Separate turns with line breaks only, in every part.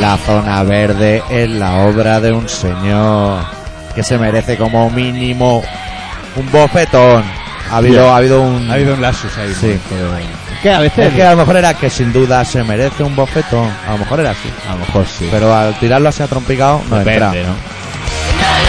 la zona verde es la obra de un señor que se merece como mínimo un bofetón. Ha habido,
Ya.
ha habido un...
Ha habido un lapsus ahí.
Sí.
¿no? Pero bueno. Que a veces.
Es que a lo mejor era que sin duda se merece un bofetón. A lo mejor era así.
A lo mejor sí.
Pero al tirarlo así a trompicado no
Depende,
entra.
¿no?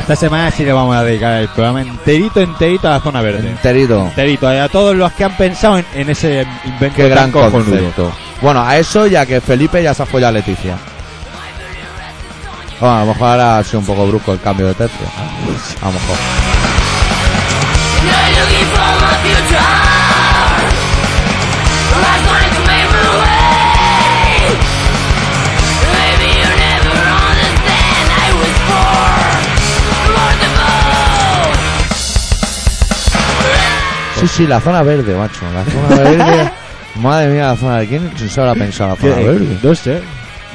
Esta semana sí le vamos a dedicar el programa enterito, enterito a la zona verde.
Enterito.
Enterito, eh, a todos los que han pensado en, en ese invento
Qué
tan
gran
cojonudo.
concepto. Bueno, a eso ya que Felipe ya se ha follado a Leticia. Bueno, a lo mejor ahora ha sido un poco brusco el cambio de tercio. A lo mejor. Sí, sí, la zona verde, macho. La zona verde. Madre mía, la zona verde. ¿Quién se habrá pensado la
Que-
zona verde?
no sé.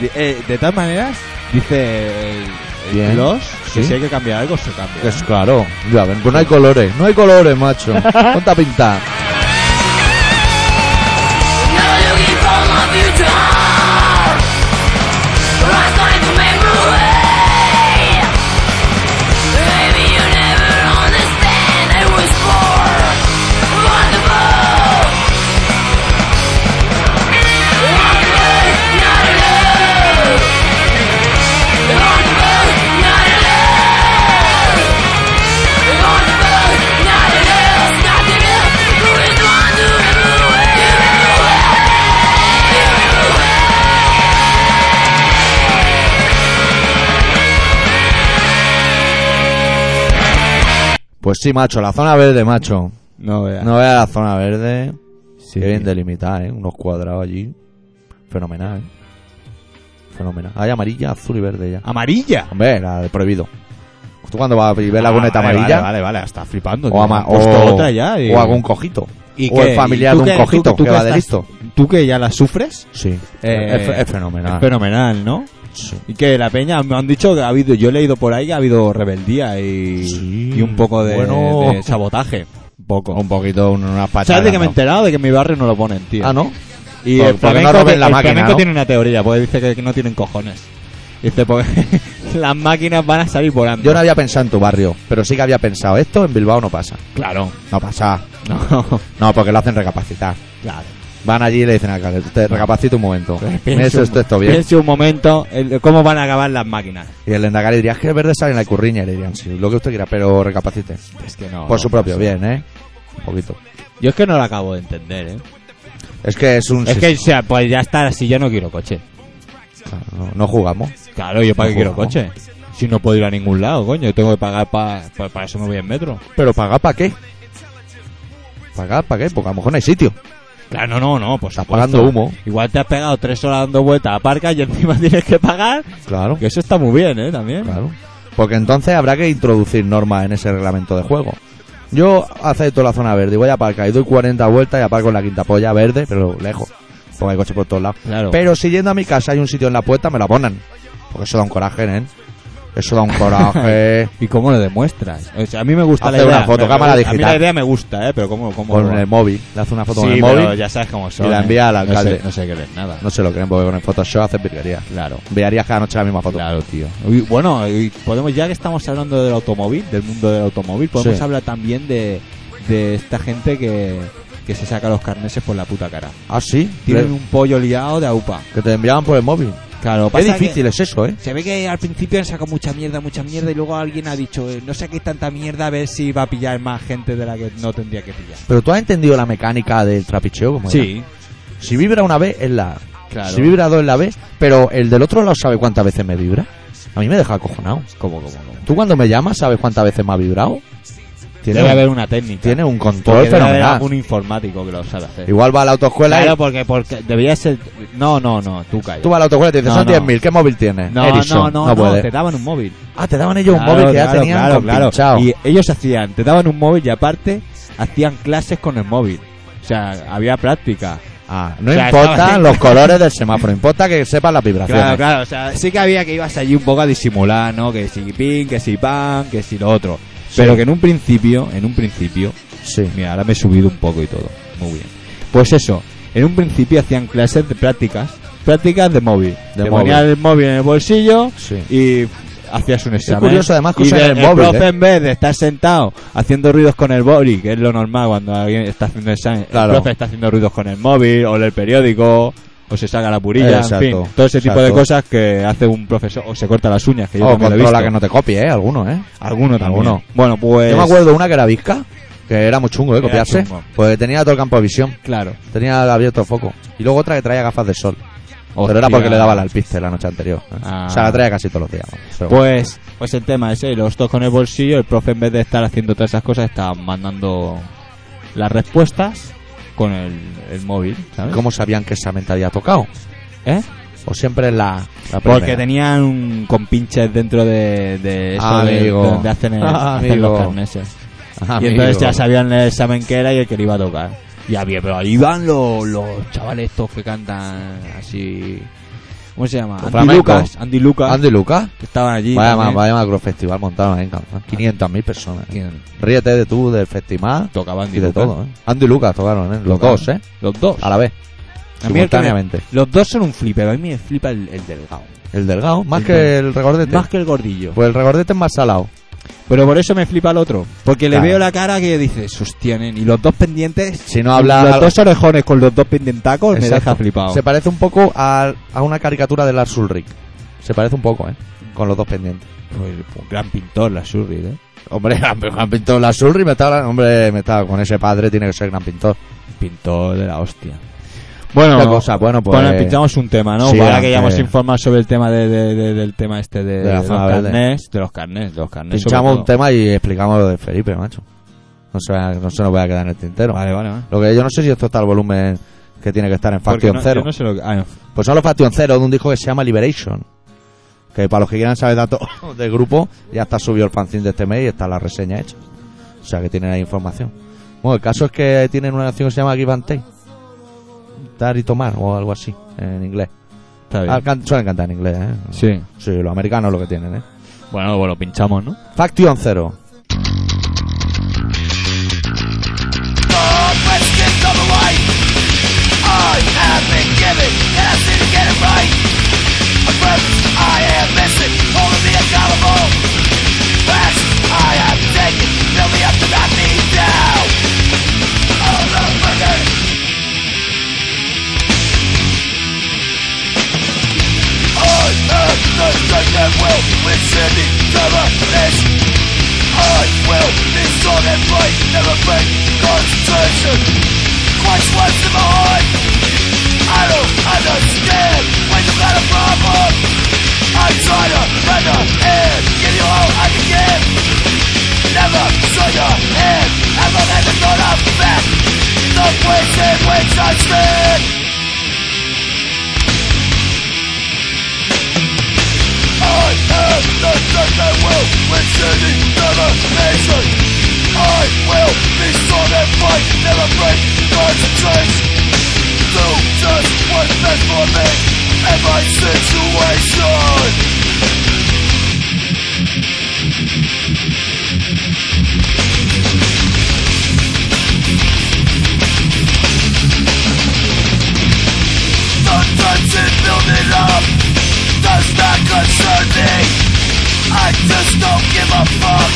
Di- eh, de todas maneras, dice el, el
Bien.
Clos que
Sí.
si hay que cambiar algo, se cambia.
Es claro. Ya ven, pues no hay colores. No hay colores, macho. Ponte pintar. Pues sí, macho, la zona verde, macho.
No, vea.
No vea la zona verde.
Sí.
Qué bien delimitada, ¿eh? Unos cuadrados allí. Fenomenal, ¿eh? Fenomenal. Hay amarilla, azul y verde ya.
Amarilla.
Hombre, la de prohibido. ¿Tú cuando vas a ver la goneta
Ah, vale,
amarilla?
Vale, vale, vale, está flipando.
O,
tío.
ama-
Han puesto
o-
otra ya. y-
o algún cojito.
¿Y
o
qué?
el familiar
¿Y
de
tú
un
qué-
cojito
tú- tú
que
qué
va de
estás-
listo.
Tú que ya la sufres.
Sí.
Eh,
es, fe- es fenomenal.
Es fenomenal, ¿no?
Sí.
Y que la peña, me han dicho que ha habido, yo he leído por ahí que ha habido rebeldía y,
Sí.
y un poco de,
Bueno.
de sabotaje. Un poco.
Un poquito, un- unas
¿Sabes de
patadas.
que me he
¿no?
enterado de que en mi barrio no lo ponen, tío?
Ah, ¿no?
Y
Por- porque
el
no
flamenco,
roben
que-
la
el
máquina,
flamenco
¿no?
tiene una teoría, porque dice que no tienen cojones. Dice, porque las máquinas van a salir volando.
Yo no había pensado en tu barrio, pero sí que había pensado. Esto en Bilbao no pasa.
Claro.
No pasa.
No.
No, porque lo hacen recapacitar.
claro.
Van allí y le dicen al alcalde, "Te recapacita un momento.
Piense
Eso
un-
esto está bien.
piense un momento el- cómo van a acabar las máquinas.
Y el Endacari diría, es que el verde sale en la curriña. Y le dirían, sí, lo que usted quiera, pero recapacite.
Es que no.
Por su
no,
propio
no sé.
bien, ¿eh? Un poquito.
Yo es que no lo acabo de entender, ¿eh?
Es que es un...
Es
sis-
que, o sea, pues ya está, si yo no quiero coche.
Claro, no, no jugamos.
Claro, ¿yo para qué
Ojo,
quiero
¿no?
coche? Si no puedo ir a ningún lado, coño, yo tengo que pagar para... para eso me voy en metro.
Pero pagar para qué? Pagar para qué? Porque a lo mejor no hay sitio.
Claro, no, no, no, pues
Estás pagando humo.
Igual te has pegado tres horas dando vueltas a parca y encima tienes que pagar.
Claro.
Que eso está muy bien, ¿eh? También.
Claro. Porque entonces habrá que introducir normas en ese reglamento de juego. Yo acepto la zona verde y voy a aparcar y doy 40 vueltas y aparco en la quinta polla verde, pero lejos. Porque hay coches por todos lados.
Claro.
Pero si yendo a mi casa hay un sitio en la puerta, me la ponen. Porque eso da un coraje, ¿eh? Eso da un coraje.
¿Y cómo lo demuestras? O sea, a mí me gusta
Hace
la idea.
una foto,
Me-
cámara
me-
digital.
A mí la idea me gusta, ¿eh? Pero cómo... cómo
con el móvil. Le hace una foto
sí,
con el
pero
móvil.
ya sabes cómo son.
y la
¿eh?
envía al
No sé-
alcalde.
No sé, qué crees, nada.
No se lo creen porque con el Photoshop hace virguería.
Claro.
Enviarías cada noche la misma foto.
Claro, tío. Y bueno, y podemos ya que estamos hablando del automóvil, del mundo del automóvil, podemos
Sí.
hablar también de, de esta gente que, que se saca los carneses por la puta cara.
Ah, sí.
Tienen
Le-
un pollo liado de aupa.
Que te enviaban por el móvil.
Claro,
Qué
pasa
difícil es eso, ¿eh?
que Se ve que al principio han sacado mucha mierda, mucha mierda, y luego alguien ha dicho, eh, no saquéis tanta mierda, a ver si va a pillar más gente de la que no tendría que pillar.
Pero tú has entendido la mecánica del trapicheo. como era? Si vibra una vez es la A.
Claro.
Si vibra dos es la B. Pero el del otro lado sabe cuántas veces me vibra. A mí me deja acojonado.
Como, como, como.
¿Tú cuando me llamas sabes cuántas veces me ha vibrado? Tiene,
Debe
un,
haber una técnica.
tiene un
Porque
control
debe haber
fenomenal.
algún informático que lo sabe hacer.
Igual va a la autoescuela
Claro,
y
porque, porque debía ser... No, no, no, tú calla.
tú vas a la autoescuela y te dices,
No,
son
no.
10.000, ¿qué móvil tienes?
No,
Ericsson,
no, no, no,
puede.
te daban un móvil.
Ah, te daban ellos un
Claro,
móvil que ya
claro,
tenían
claro,
compinchado.
claro. Y ellos hacían, te daban un móvil y aparte hacían clases con el móvil. O sea, había práctica.
Ah, no
O sea, estaba-
importan los colores del semáforo, importa que sepan las vibraciones.
Claro, claro, o sea, sí que había que ibas allí un poco a disimular, ¿no? Que si ping, que si pan, que si lo otro. Pero que en un principio, en un principio,
Sí.
Pues mira, ahora me he subido un poco y todo. Muy bien. Pues eso, en un principio hacían clases de prácticas, prácticas de móvil.
De
Te ponías el móvil en el bolsillo
Sí.
y hacías un examen.
curioso, además, que
y
usan
de-
el
el
móvil,
profe,
¿eh?
en vez de estar sentado haciendo ruidos con el boli, que es lo normal cuando alguien está haciendo examen,
Claro.
el profe está haciendo ruidos con el móvil o lee el periódico o se saca la purilla,
Exacto,
en fin, todo ese tipo de
exacto.
cosas que hace un profesor o se corta las uñas, que yo
O
también lo he visto.
controla que no te copie, ¿eh? Alguno, ¿eh?
Alguno también.
Alguno.
Bueno, pues
Yo me acuerdo una que era visca, que era muy chungo, ¿eh?
Era
Copiarse.
chungo.
Pues tenía todo el campo de visión,
claro.
tenía abierto el foco. Y luego otra que traía gafas de sol. Pero era
Hostia.
porque le daba al alpiste la noche anterior. ¿eh?
Ah.
O sea, la traía casi todos los días. ¿no? Pero bueno.
Pues, pues el tema ese, los dos con el bolsillo, el profe en vez de estar haciendo todas esas cosas está mandando las respuestas con el, el móvil, ¿sabes?
¿Cómo sabían que examen te había tocado?
¿Eh?
O siempre la, la primera.
Porque tenían un compinches dentro de, de esto de-
Amigo.
de donde hacen, el-
Ah,
hacen
amigo.
los carneses.
Ah,
Y entonces
amigo.
ya sabían el examen que era y el que le iba a tocar. Y había, pero ahí van los, los chavales estos que cantan así. ¿Cómo se llama? Andy
Flamenco.
Lucas, Andy Lucas,
Andy Lucas.
que estaban allí.
Vaya,
también. Ah.
ma- vaya macrofestival montado en Cancún. 500.000 personas. ¿eh?
¿Quién
Ríete de tú, del festival
tocaba Andy
y de
Lucas?
todo. ¿eh? Andy y Lucas tocaron, ¿eh? los
Tocaron.
dos, ¿eh?
Los dos.
A la vez,
A mí el que me-
simultáneamente.
Los dos son un flipper, a mí me flipa el, el delgado.
El delgado, más
El
que el regordete.
Más que el gordillo.
Pues el regordete es más salado.
Pero por eso me flipa el otro. Porque
Claro.
le veo la cara que dice, sostienen. Y los dos pendientes.
Si no habla.
Los
al-
dos orejones con los dos pendentacos me
Exacto.
deja flipado.
Pues Se parece un poco al- a, una caricatura de Lars Ulrich. Se parece un poco, ¿eh? Con los dos pendientes.
Pues, un gran pintor, la Surri, ¿eh?
Hombre, gran, gran pintor Lars Ulrich. Me estaba, hombre, me estaba con ese padre, tiene que ser gran pintor.
Pintor de la hostia. Bueno,
Otra cosa, bueno, pues.
bueno, pinchamos un tema, ¿no?
sí,
Ahora
aunque-
que ya hemos informado sobre el tema de, de- de- del tema este de,
De la
de
zona
los
verde.
carnés, de los carnés, de los carnés.
Pinchamos
sobre
un
todo.
tema y explicamos lo de Felipe, macho. No se, va- no se nos vaya a quedar en el tintero.
Vale, vale, vale.
Lo que yo no sé si esto está al volumen que tiene que estar en
Porque
Faction
no-
Zero.
yo no sé lo que- ah, no.
Pues son los Faction Zero de un disco que se llama Liberation. Que para los que quieran saber datos del grupo, ya está subido el fanzine de este mes y está la reseña hecha. O sea que tienen ahí información. Bueno, el caso es que tienen una canción que se llama Give and Take. Dar y tomar o algo así, en inglés.
Está bien.
Ah, can- suelen cantar en inglés, ¿eh?
Sí.
Sí, los americanos es lo que tienen, ¿eh?
Bueno, pues lo pinchamos, ¿no?
Faction Zero.
Never break concentration Quite what's in my heart I don't understand when you got a problem. I'm trying to lend a hand, give you all I can give. Never show your hand, ever let it go to back. The place in which I stand. I am the strength that will withstand the determination. I will be strong and fight, never break concentration do just what's best for me and my situation. Sometimes it building up does not concern me. I just don't give a fuck.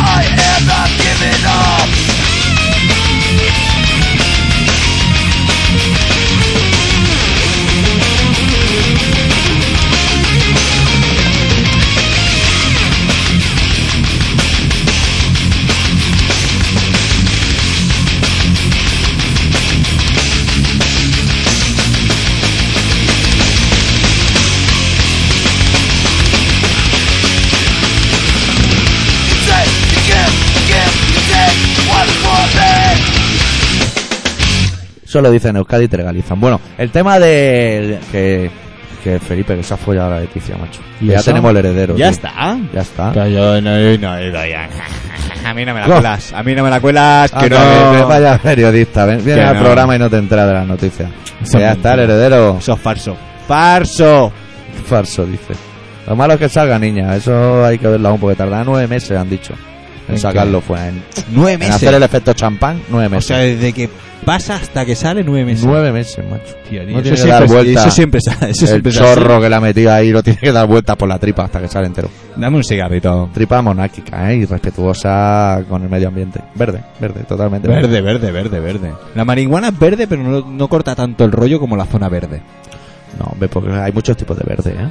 I am not giving up. Take, you give, give, you take what's for me.
Eso lo dicen Euskadi y te legalizan. Bueno, el tema de que Que Felipe, que se ha follado a la Leticia, macho.
¿Y
Que ya
eso?
tenemos el heredero.
ya
tío.
está.
Ya está.
Pero yo no, no he ido ya. Ah. A mí no me la
No.
cuelas. A mí no me la cuelas.
Ah,
Que
que- que
no.
Vaya periodista, ven, viene
Que
al
no.
programa y no te entera de las noticias. Que ya está el heredero.
Eso es falso. Falso.
Falso, dice. Lo malo es que salga niña, eso hay que verlo aún, porque tardará nueve meses, han dicho. En
¿En
sacarlo, fue en,
Nueve
en hacer el efecto champán, nueve
O
meses.
sea, desde que pasa hasta que sale, nueve meses.
nueve meses, macho.
Tío,
No tiene
eso
que
siempre-
dar vuelta.
Eso siempre sale. Eso
El
siempre es
chorro que la ha metido ahí lo tiene que dar vueltas por la tripa hasta que sale entero.
así. Dame un cigarrito.
Tripa monárquica, ¿eh? Y respetuosa con el medio ambiente. Verde, verde, totalmente.
Verde, verde, verde, verde. La marihuana es verde, pero no, no corta tanto el rollo como la zona verde.
No, ve, porque hay muchos tipos de verde, ¿eh?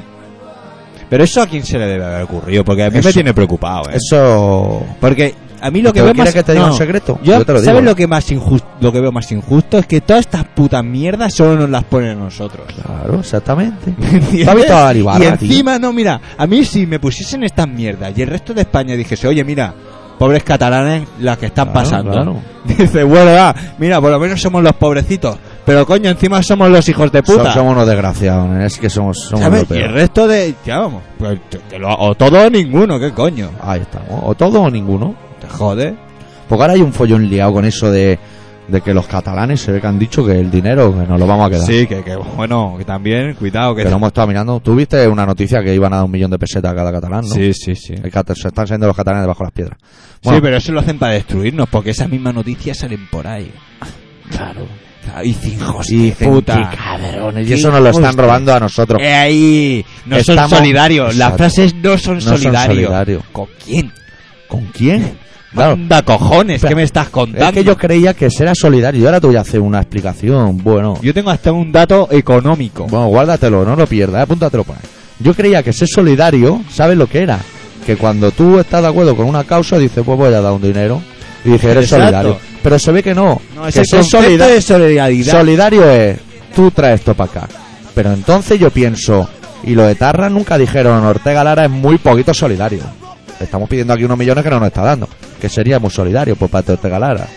Pero eso a quién se le debe haber ocurrido, porque a mí
Eso-
me tiene preocupado, ¿eh?
Eso.
Porque a mí lo que
¿Pero
veo
quieres que
más
te diga
no.
un secreto?
Yo,
Yo te lo
¿Sabes
digo.
lo que más injusto, lo que veo más injusto es que todas estas putas mierdas solo nos las ponen a nosotros.
Claro, exactamente.
¿Entiendes?
¿Tú has visto a Ibarra,
y
tío?
encima, no, mira, a mí si me pusiesen estas mierdas y el resto de España dijese, oye, mira, pobres catalanes, las que están
Claro,
pasando.
claro.
Dice, bueno, va, mira, por lo menos somos los pobrecitos, pero coño, encima somos los hijos de puta.
So- somos unos desgraciados, ¿eh? es que somos, somos
¿Sabes?
lo
Y el
peor.
resto de. Ya vamos. pues, te- te lo- o todo o ninguno, ¿qué coño?
Ahí estamos. O todo o ninguno.
Te jode.
Porque ahora hay un follón liado con eso de, de que los catalanes se ve que han dicho que el dinero que nos lo vamos a quedar.
Sí, que, que bueno, que también, cuidado, que.
Que lo hemos estado mirando. Tú viste una noticia que iban a dar un millón de pesetas a cada catalán, ¿no?
Sí, sí, sí.
El cata- se están saliendo los catalanes debajo de las piedras.
sí, pero eso lo hacen para destruirnos, porque esas mismas noticias salen por ahí. Claro. Y hijos
Y
de
dicen,
puta.
"Qué cabrones, y eso nos lo están
Hostia.
robando a nosotros.
Eh, ahí. No
Estamos-
son solidarios. Las
Exacto.
frases no son
No son
solidarios.
solidarios.
¿Con quién?
¿Con quién? Claro.
Manda cojones,
Pero-
¿qué me estás contando?
Es que yo creía que será solidario. Y ahora te voy a hacer una explicación. Bueno,
Yo tengo hasta un dato económico.
bueno guárdatelo, no lo pierdas, eh, apúntatelo por ahí. Yo creía que ser solidario, ¿sabes lo que era? Que cuando tú estás de acuerdo con una causa, dices, pues voy a dar un dinero. Y dices, eres
Exacto.
solidario. Pero se ve que no.
No,
que
es el
ser
concepto
solida-
de solidaridad.
solidario es, tú traes esto para acá. Pero entonces yo pienso, y los etarras nunca dijeron, Ortega Lara es muy poquito solidario. Le estamos pidiendo aquí unos millones que no nos está dando. Que sería muy solidario por parte de Ortega Lara.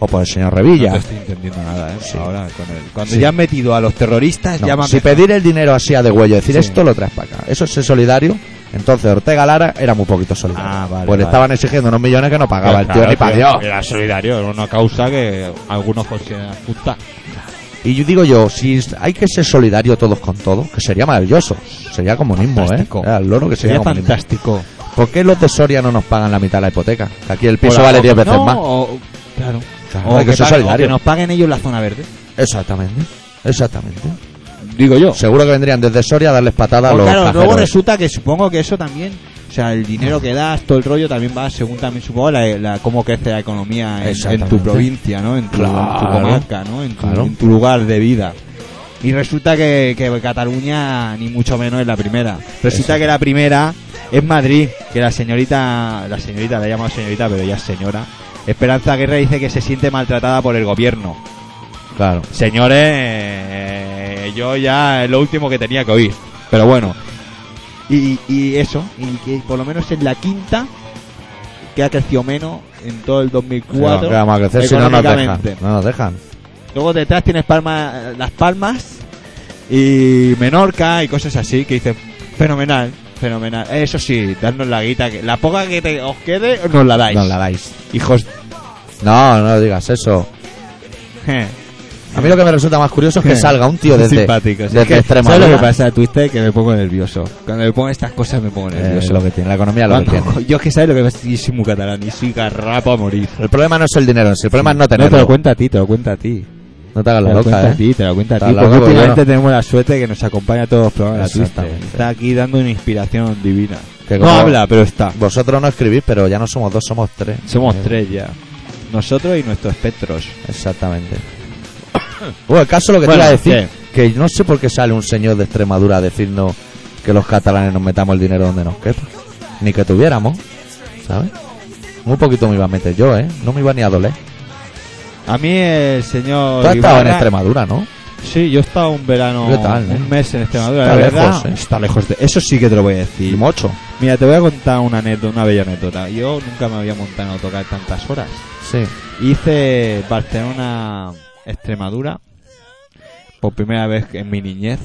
O por el señor Revilla.
No te estoy entendiendo nada, ¿eh?
Sí.
Ahora, con el- cuando
Sí.
ya han metido a los terroristas,
No,
ya me han
si
dejado.
pedir el dinero así a de huello, decir
Sí.
esto lo traes para acá, eso es ser solidario. Entonces Ortega Lara era muy poquito solidario.
Ah, vale,
pues le
vale.
estaban exigiendo unos millones que no pagaba el tío
Claro,
ni para Dios.
Era solidario, era una causa que algunos consideran justa.
Y yo digo yo, si hay que ser solidario todos con todos, que sería maravilloso. Sería comunismo,
Fantástico.
¿eh? Era el loro que sería,
Sería
comunismo.
fantástico.
¿Por qué los de Soria no nos pagan la mitad de la hipoteca? Que aquí el piso
O la-
vale 10 veces
no,
más.
o- claro.
Claro,
O
hay que ser
paguen-
solidario.
o que nos paguen ellos la zona verde.
Exactamente. Exactamente.
Digo yo.
Seguro que vendrían desde Soria a darles patadas a los
Pues claro, luego
cajeros.
resulta que supongo que eso también. O sea, el dinero que das, todo el rollo también va según también supongo la, la- cómo crece la economía en- en,
Exactamente.
tu provincia, ¿no? En tu, en tu
Claro.
comarca, ¿no? En tu,
Claro.
en tu lugar de vida. Y resulta que, que Cataluña ni mucho menos es la primera. Resulta
Exacto.
que la primera es Madrid, que la señorita, la señorita, la he llamado señorita, pero ya es señora. Esperanza Guerra dice que se siente maltratada por el gobierno.
Claro.
Señores, eh, yo ya es lo último que tenía que oír. Pero bueno. Y, y eso, y que por lo menos es la quinta que ha crecido menos en todo el
Claro,
2004.
que vamos a crecer si no nos dejan.
económicamente.
No nos dejan.
Luego detrás tienes Palma, Las Palmas y Menorca y cosas así que dices, fenomenal, fenomenal. Eso sí, darnos la guita, que la poca que te- os quede, nos la dais.
Nos la dais.
Hijos...
No, no digas eso.
eh.
A mí lo que me resulta más curioso es que salga un tío desde,
simpático.
desde Extremadura.
¿Sabes lo que pasa, Twister? Que me pongo nervioso. Cuando me pongo estas cosas me pongo
Eh,
nervioso.
lo que tiene la economía, lo que
Cuando-
tiene.
Yo es que sabes lo que pasa. Yo soy muy catalán y soy garrapo a morir.
El problema no es el dinero, en sí, el problema es no tenerlo.
te lo cuenta a ti, te lo cuenta a ti.
No te hagas
Te
la
lo cuenta
loca,
a
¿eh?
ti, te lo cuenta a
Está
ti.
loco,
Porque
porque
últimamente
yo
tenemos la suerte que nos acompaña a todos los programas de la Twister.
Exactamente.
Está aquí dando una inspiración divina.
Que
No
como
habla, pero está.
Vosotros no escribís, pero ya no somos dos, somos tres.
Somos
Eh,
tres ya. Nosotros y nuestros espectros.
Exactamente. Bueno, el caso lo que
Bueno,
te iba a decir, que no sé por qué sale un señor de Extremadura a decirnos que los catalanes nos metamos el dinero donde nos quepa. Ni que tuviéramos, ¿sabes? Muy poquito me iba a meter yo, ¿eh? No me iba ni a doler.
A mí el señor.
Tú has estado en
Ibarra-
Extremadura, ¿no?
Sí, yo he estado un verano,
¿Qué tal, eh?
un mes en Extremadura,
Está
la verdad.
lejos, eh.
Está lejos de. Eso sí que te lo voy a
Y
decir.
mocho.
Mira, te voy a contar una anécdota, una bella anécdota. Yo nunca me había montado en autocar tantas horas.
Sí.
Hice Barcelona, Extremadura, por primera vez en mi niñez.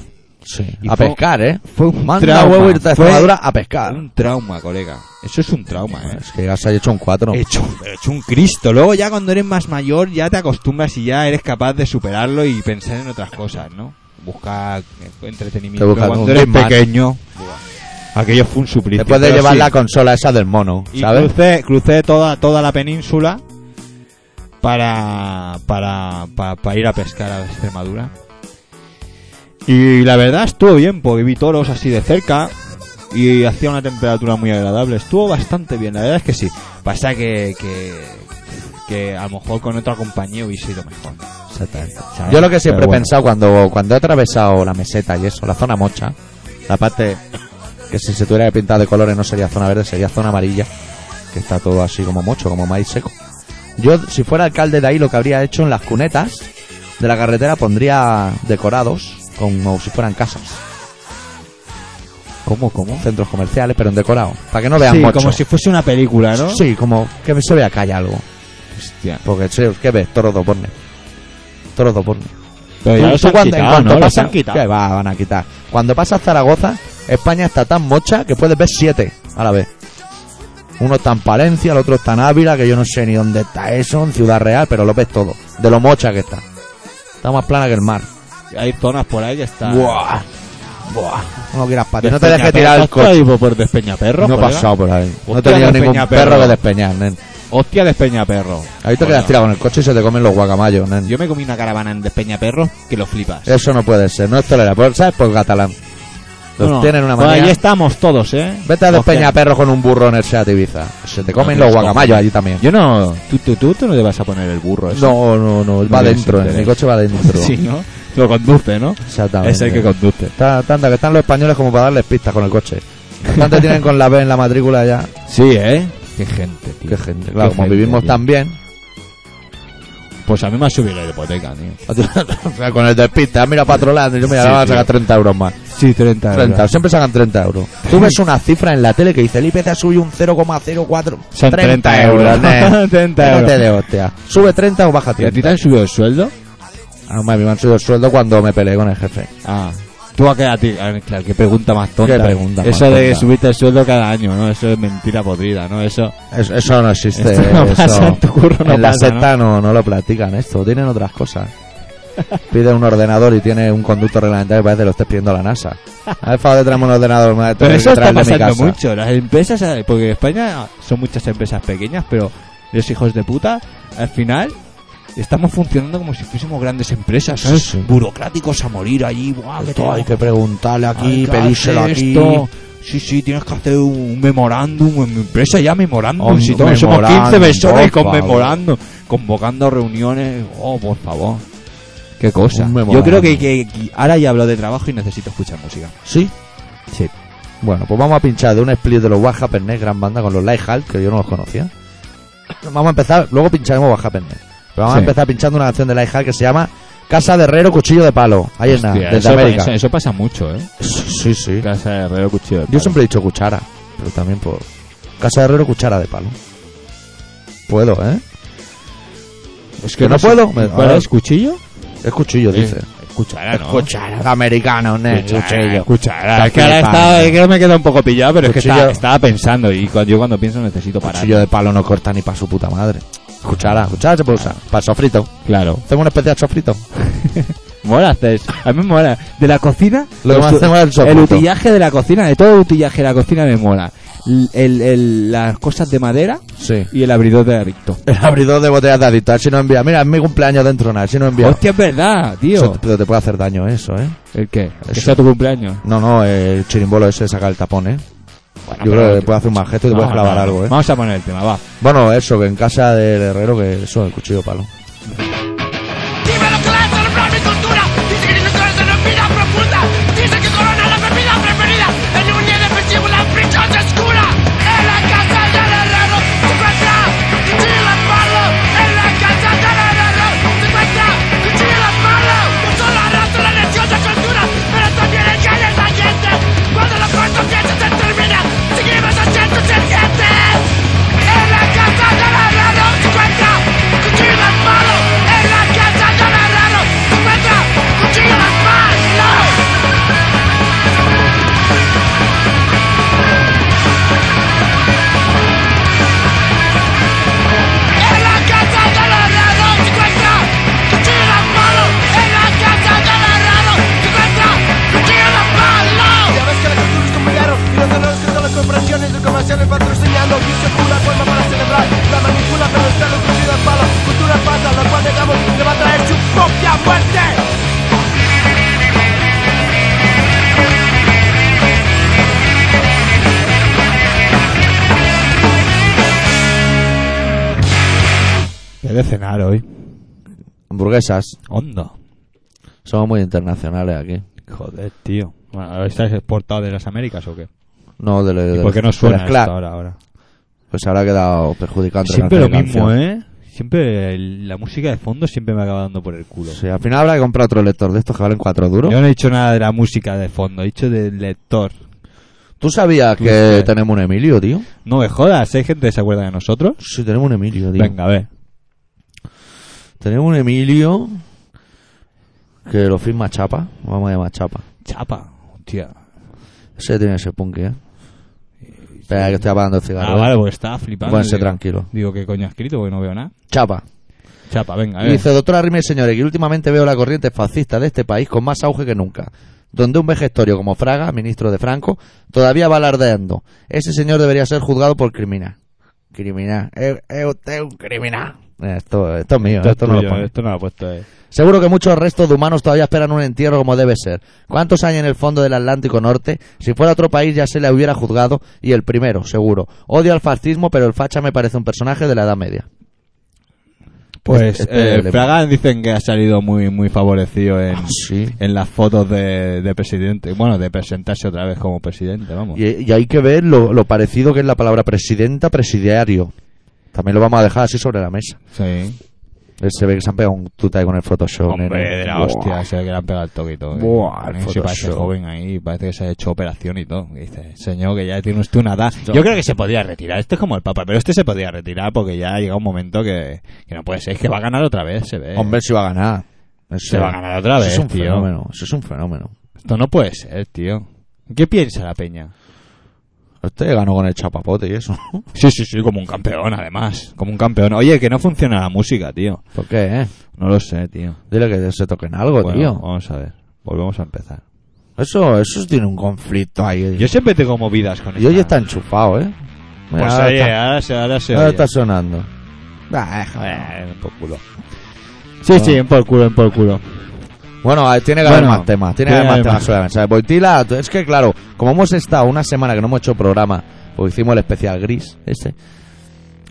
Sí.
Y
a
fue-
pescar, ¿eh?
Fue un
Manda a huevo irte a
fue
Extremadura a pescar.
un trauma, colega. Eso es un trauma, ¿eh?
Es que llegas ahí hecho un 4.
Hecho, un- hecho un Cristo. Luego ya cuando eres más mayor ya te acostumbras y ya eres capaz de superarlo y pensar en otras cosas, ¿no? Buscar eh, entretenimiento.
Te buscas
cuando
un
eres
Discman.
pequeño, aquello fue un suplicio.
Después de
Pero
llevar
sí.
la consola esa del mono,
Y
¿sabes?
crucé, crucé toda, toda la península para, para, pa- pa ir a pescar a Extremadura. Y la verdad estuvo bien, porque vi toros así de cerca y hacía una temperatura muy agradable. Estuvo bastante bien, la verdad es que sí. Pasa que, que, que a lo mejor con otra compañía hubiese sido mejor.
Exactamente.
¿sabes?
Yo lo que siempre
Pero
he
bueno.
pensado cuando, cuando he atravesado la meseta y eso, la zona mocha, la parte que si se tuviera que pintar de colores no sería zona verde, sería zona amarilla, que está todo así como mocho, como maíz seco. Yo, si fuera alcalde de ahí, lo que habría hecho en las cunetas de la carretera pondría decorados como si fueran casas. ¿Cómo, cómo? Centros comerciales, pero en decorado. Para que no vean
Sí,
mocho.
como si fuese una película, ¿no?
Sí, como que se vea que hay algo.
Hostia.
Porque, che, ¿qué ves? Toros de Borne. Toros de Borne.
Pero ya
Tú-
los
tú
han
cuando- en
quitado,
cuanto
¿no? Los
pasa-
han quitado.
¿Qué va, van a quitar? Cuando pasas Zaragoza, España está tan mocha que puedes ver siete a la vez. Uno está en Palencia, el otro está en Ávila, que yo no sé ni dónde está eso, en Ciudad Real, pero lo ves todo, de lo mocha que está. Está más plana que el mar.
Hay zonas por ahí que están...
Buah. Buah. No quieras patear. No te dejes tirar el coche.
Despeñaperros, por Despeñaperros,
No he
colega.
pasado por ahí. No he
Hostia,
tenido ningún
Despeñaperro.
perro que despeñar, nen.
Hostia, Despeñaperro.
Ahí te
Bueno,
quedas tirado con el coche y se te comen los guacamayos, nen.
Yo me comí una caravana en Despeñaperro que lo flipas.
Eso no puede ser, no es tolerable. Por- ¿Sabes? Por catalán. Los
No, no.
tienen una
Pues
manera.
Ahí estamos todos, ¿eh?
Vete a
Los que-
Despeñaperros con un burro en el Seat Ibiza. Se te comen los guacamayos allí también.
Yo no... Tú, tú, tú, tú no te vas a poner el burro ese.
No, no, no. Va
No
dentro,
tienes
eh, mi
interés.
coche va dentro.
Sí, ¿no? Lo conduce, ¿no?
Exactamente.
Es el que conduce.
Tan- Tanta que están los españoles como para darles pistas con el coche. Tanto tienen con la B en la matrícula ya.
Sí, ¿eh? Qué gente, tío.
Qué gente. Claro, como
gente,
vivimos
tío.
tan bien.
Pues a mí me ha subido la hipoteca, tío.
o sea, con el despista, mira patrolando. Yo me
Sí,
van a
tío.
sacar 30 euros más.
Sí, 30
30, siempre sacan 30 euros. Tú ves una cifra en la tele que dice el IPC ha subido un 0,04.
Son 30 euros,
nen.
30 euros.
Déjate de hostia. Sube 30 o baja
¿Y a
30.
ti te han subido el sueldo?
Ah, mami, me han subido el sueldo cuando me peleé con el jefe.
Ah. Tú a qué, a ti, a- claro, qué pregunta más tonta.
Qué pregunta más
Eso de
tonta.
subirte el sueldo cada año, ¿no? Eso es mentira podrida, ¿no? Eso...
Es- eso no existe.
Esto no
eso-
pasa en tu curro, no
en la
pasa,
secta ¿no? no lo platican esto. Tienen otras cosas. Pide un ordenador y tiene un conducto reglamentario que parece que lo estés pidiendo a la NASA. A ver, favor, traemos un ordenador. me voy a
Pero
tener que
eso está
traerlo a mi
pasando
casa.
mucho. Las empresas, eh, porque en España son muchas empresas pequeñas, pero los hijos de puta, al final, estamos funcionando como si fuésemos grandes empresas, ¿sabes?
Sí, sí.
Burocráticos a morir allí, buah, que
Esto hay
tengo-
que preguntarle
hay
aquí,
que
pedírselo
hacer
aquí.
esto. Sí, sí, tienes que hacer un, un memorándum en mi empresa, ya memorándum.
Un
si todos somos
memorándum,
15 personas y
por
conmemorando, convocando reuniones, oh, por favor. Qué cosa.
Un
Yo
memorándum.
creo que, que- que ahora ya hablo de trabajo y necesito escuchar música.
¿Sí?
Sí.
Bueno, pues vamos a pinchar de un split de los What Happened Next, gran banda con los Lighthalt, que yo no los conocía. Vamos a empezar, luego pincharemos What Happened Next. Pero vamos a
Sí.
empezar pinchando una canción de Lighthalt que se llama Casa de Herrero, Cuchillo de Palo. Ahí es nada,
Hostia,
desde
eso,
América.
eso- eso pasa mucho, ¿eh?
Sí, sí.
Casa de Herrero Cuchillo de
Yo
Palo.
siempre he dicho cuchara, pero también por... Casa de Herrero, cuchara de palo. Puedo, ¿eh?
Es
que no
sé-
puedo, me-
¿Cuál es? ¿Cuchillo?
Es cuchillo,
Sí.
dice.
Cuchara, ¿no?
Cuchara, americano, ne,
Cuchara,
cuchillo.
cuchara.
Está
Es que ahora
flipando.
estaba, es que me queda un poco pillado, pero es que
Cuchillo.
estaba, estaba pensando y cuando, yo cuando pienso necesito parar.
Cuchillo de palo no corta ni para su puta madre. Cuchara, cuchara se puede usar. Para el sofrito.
Claro.
Hacemos un especial sofrito.
Mola hacer. A mí me mola. De la cocina,
Lo que
los-
más hacemos es el
el
sofrito.
utillaje de la cocina, de todo el utillaje de la cocina me mola. L- el- el- las cosas de madera
Sí.
y el abridor de adicto.
El abridor de botellas de adicto. A ver si no envía. Mira, es mi cumpleaños dentro nada. a ver Si no envía.
Hostia, es verdad,
Eso
tío.
te- pero te puede hacer daño eso, ¿eh?
¿El qué? ¿Que
Eso.
sea tu cumpleaños?
No, no, eh, el chirimbolo ese saca el tapón, ¿eh? Yo
pero-
creo que puede hacer un mal gesto y te
Vamos
puedes
a
clavar
parar.
algo, ¿eh?
Vamos a poner el tema, va.
Bueno, eso, que en casa del herrero, que eso, el cuchillo de palo.
Dímelo claro, son plan mi cultura Dice que nosotros en vida profunda Dice que corona la bebida preferida En un día defensivo la pincha se oscura En la casa del herrero se encuentra cuchillo de palo En la casa del herrero se encuentra cuchillo de palo No solo arrastra la de cultura Pero también engaña a la gente Cuando los cortopientes se termina Seguimos haciendo sergentes En la casa del herrero se encuentra cuchillo de palo
de cenar hoy?
Hamburguesas.
Onda.
Somos muy internacionales aquí.
Joder, tío. Bueno, ¿Estás exportado de las Américas o qué?
No, de, de,
¿Y
de-
por qué no
de
suena
las
esto
clap.
ahora, ahora?
Pues ahora ha quedado perjudicado. entre
Siempre lo
canción y
mismo,
canción.
¿eh? Siempre el- la música de fondo siempre me acaba dando por el culo.
Sí, al final habrá que comprar otro lector de estos que valen cuatro duros.
Yo no he dicho nada de la música de fondo, he dicho del lector.
¿Tú sabías
Tú
que
sabes.
tenemos un Emilio, tío?
No me jodas, ¿hay gente que se acuerda de nosotros?
Sí, tenemos un Emilio, tío.
Venga, a ver.
Tenemos un Emilio que lo firma Chapa. Vamos a llamar Chapa.
Chapa, hostia.
Ese tiene ese punk, ¿eh? Espera, que estoy apagando el cigarro.
Ah, vale, pues estaba flipando.
Pónganse
digo.
tranquilo.
Digo, ¿qué coño ha escrito? Porque no veo nada.
Chapa.
Chapa, venga, a
Y
ver.
dice, doctora Rimmel, señores, que últimamente veo la corriente fascista de este país con más auge que nunca. Donde un vejestorio como Fraga, ministro de Franco, todavía va alardeando. Ese señor debería ser juzgado por criminal. Criminal. Es es usted un criminal. Eh, Esto, esto es mío, esto,
es
no lo
tuyo,
pone.
esto no lo ha puesto eh.
Seguro que muchos restos de humanos todavía esperan un entierro como debe ser. ¿Cuántos hay en el fondo del Atlántico Norte? Si fuera otro país ya se le hubiera juzgado y el primero, seguro. Odio al fascismo, pero el facha me parece un personaje de la Edad Media.
Pues
Este- este
eh,
le-
Fraga dicen que ha salido muy muy favorecido en,
Sí.
en las fotos de, de presidente. Bueno, de presentarse otra vez como presidente, vamos.
Y, y hay que ver lo, lo parecido que es la palabra presidenta, presidiario. También lo vamos a dejar así sobre la mesa.
Sí.
Eh, Se ve que se han pegado un tuta ahí con el Photoshop. nene.
Hombre, de la
Buah.
hostia, se ve que le han pegado el toquito. eh.
Buah, el
Sí, parece
Photoshop.
joven ahí, parece que se ha hecho operación y todo. Y dice, señor, que ya tiene usted una edad. Yo creo que se podría retirar, este es como el Papa, pero este se podría retirar porque ya ha llegado un momento que, que no puede ser, es que va a ganar otra vez, se ve.
Hombre, si va a ganar.
se va a ganar otra
Eso
vez,
es un
tío.
fenómeno. Eso es un fenómeno.
Esto no puede ser, tío. ¿Qué piensa la peña?
Este ganó con el chapapote y eso.
Sí, sí, sí, como un campeón, además. Como un campeón. Oye, que no funciona la música, tío.
¿Por qué, eh?
No lo sé, tío.
Dile que se toquen algo,
Bueno,
Oh, tío.
vamos a ver. Volvemos a empezar.
Eso, eso tiene un conflicto ahí.
Yo siempre tengo movidas con
y hoy está
esta-
enchufado, eh.
Pues
Mira, ahora
oye,
está,
ahora se, ahora se
ahora
oye.
está sonando. Ah, eh, joder.
Eh, un por culo. Sí, sí, en por culo, en por culo.
Bueno, eh, tiene que
Bueno,
haber más temas, tiene que haber más temas sobre la mesa. Boitila, tú- es que claro, como hemos estado una semana que no hemos hecho programa, porque hicimos el especial gris, este,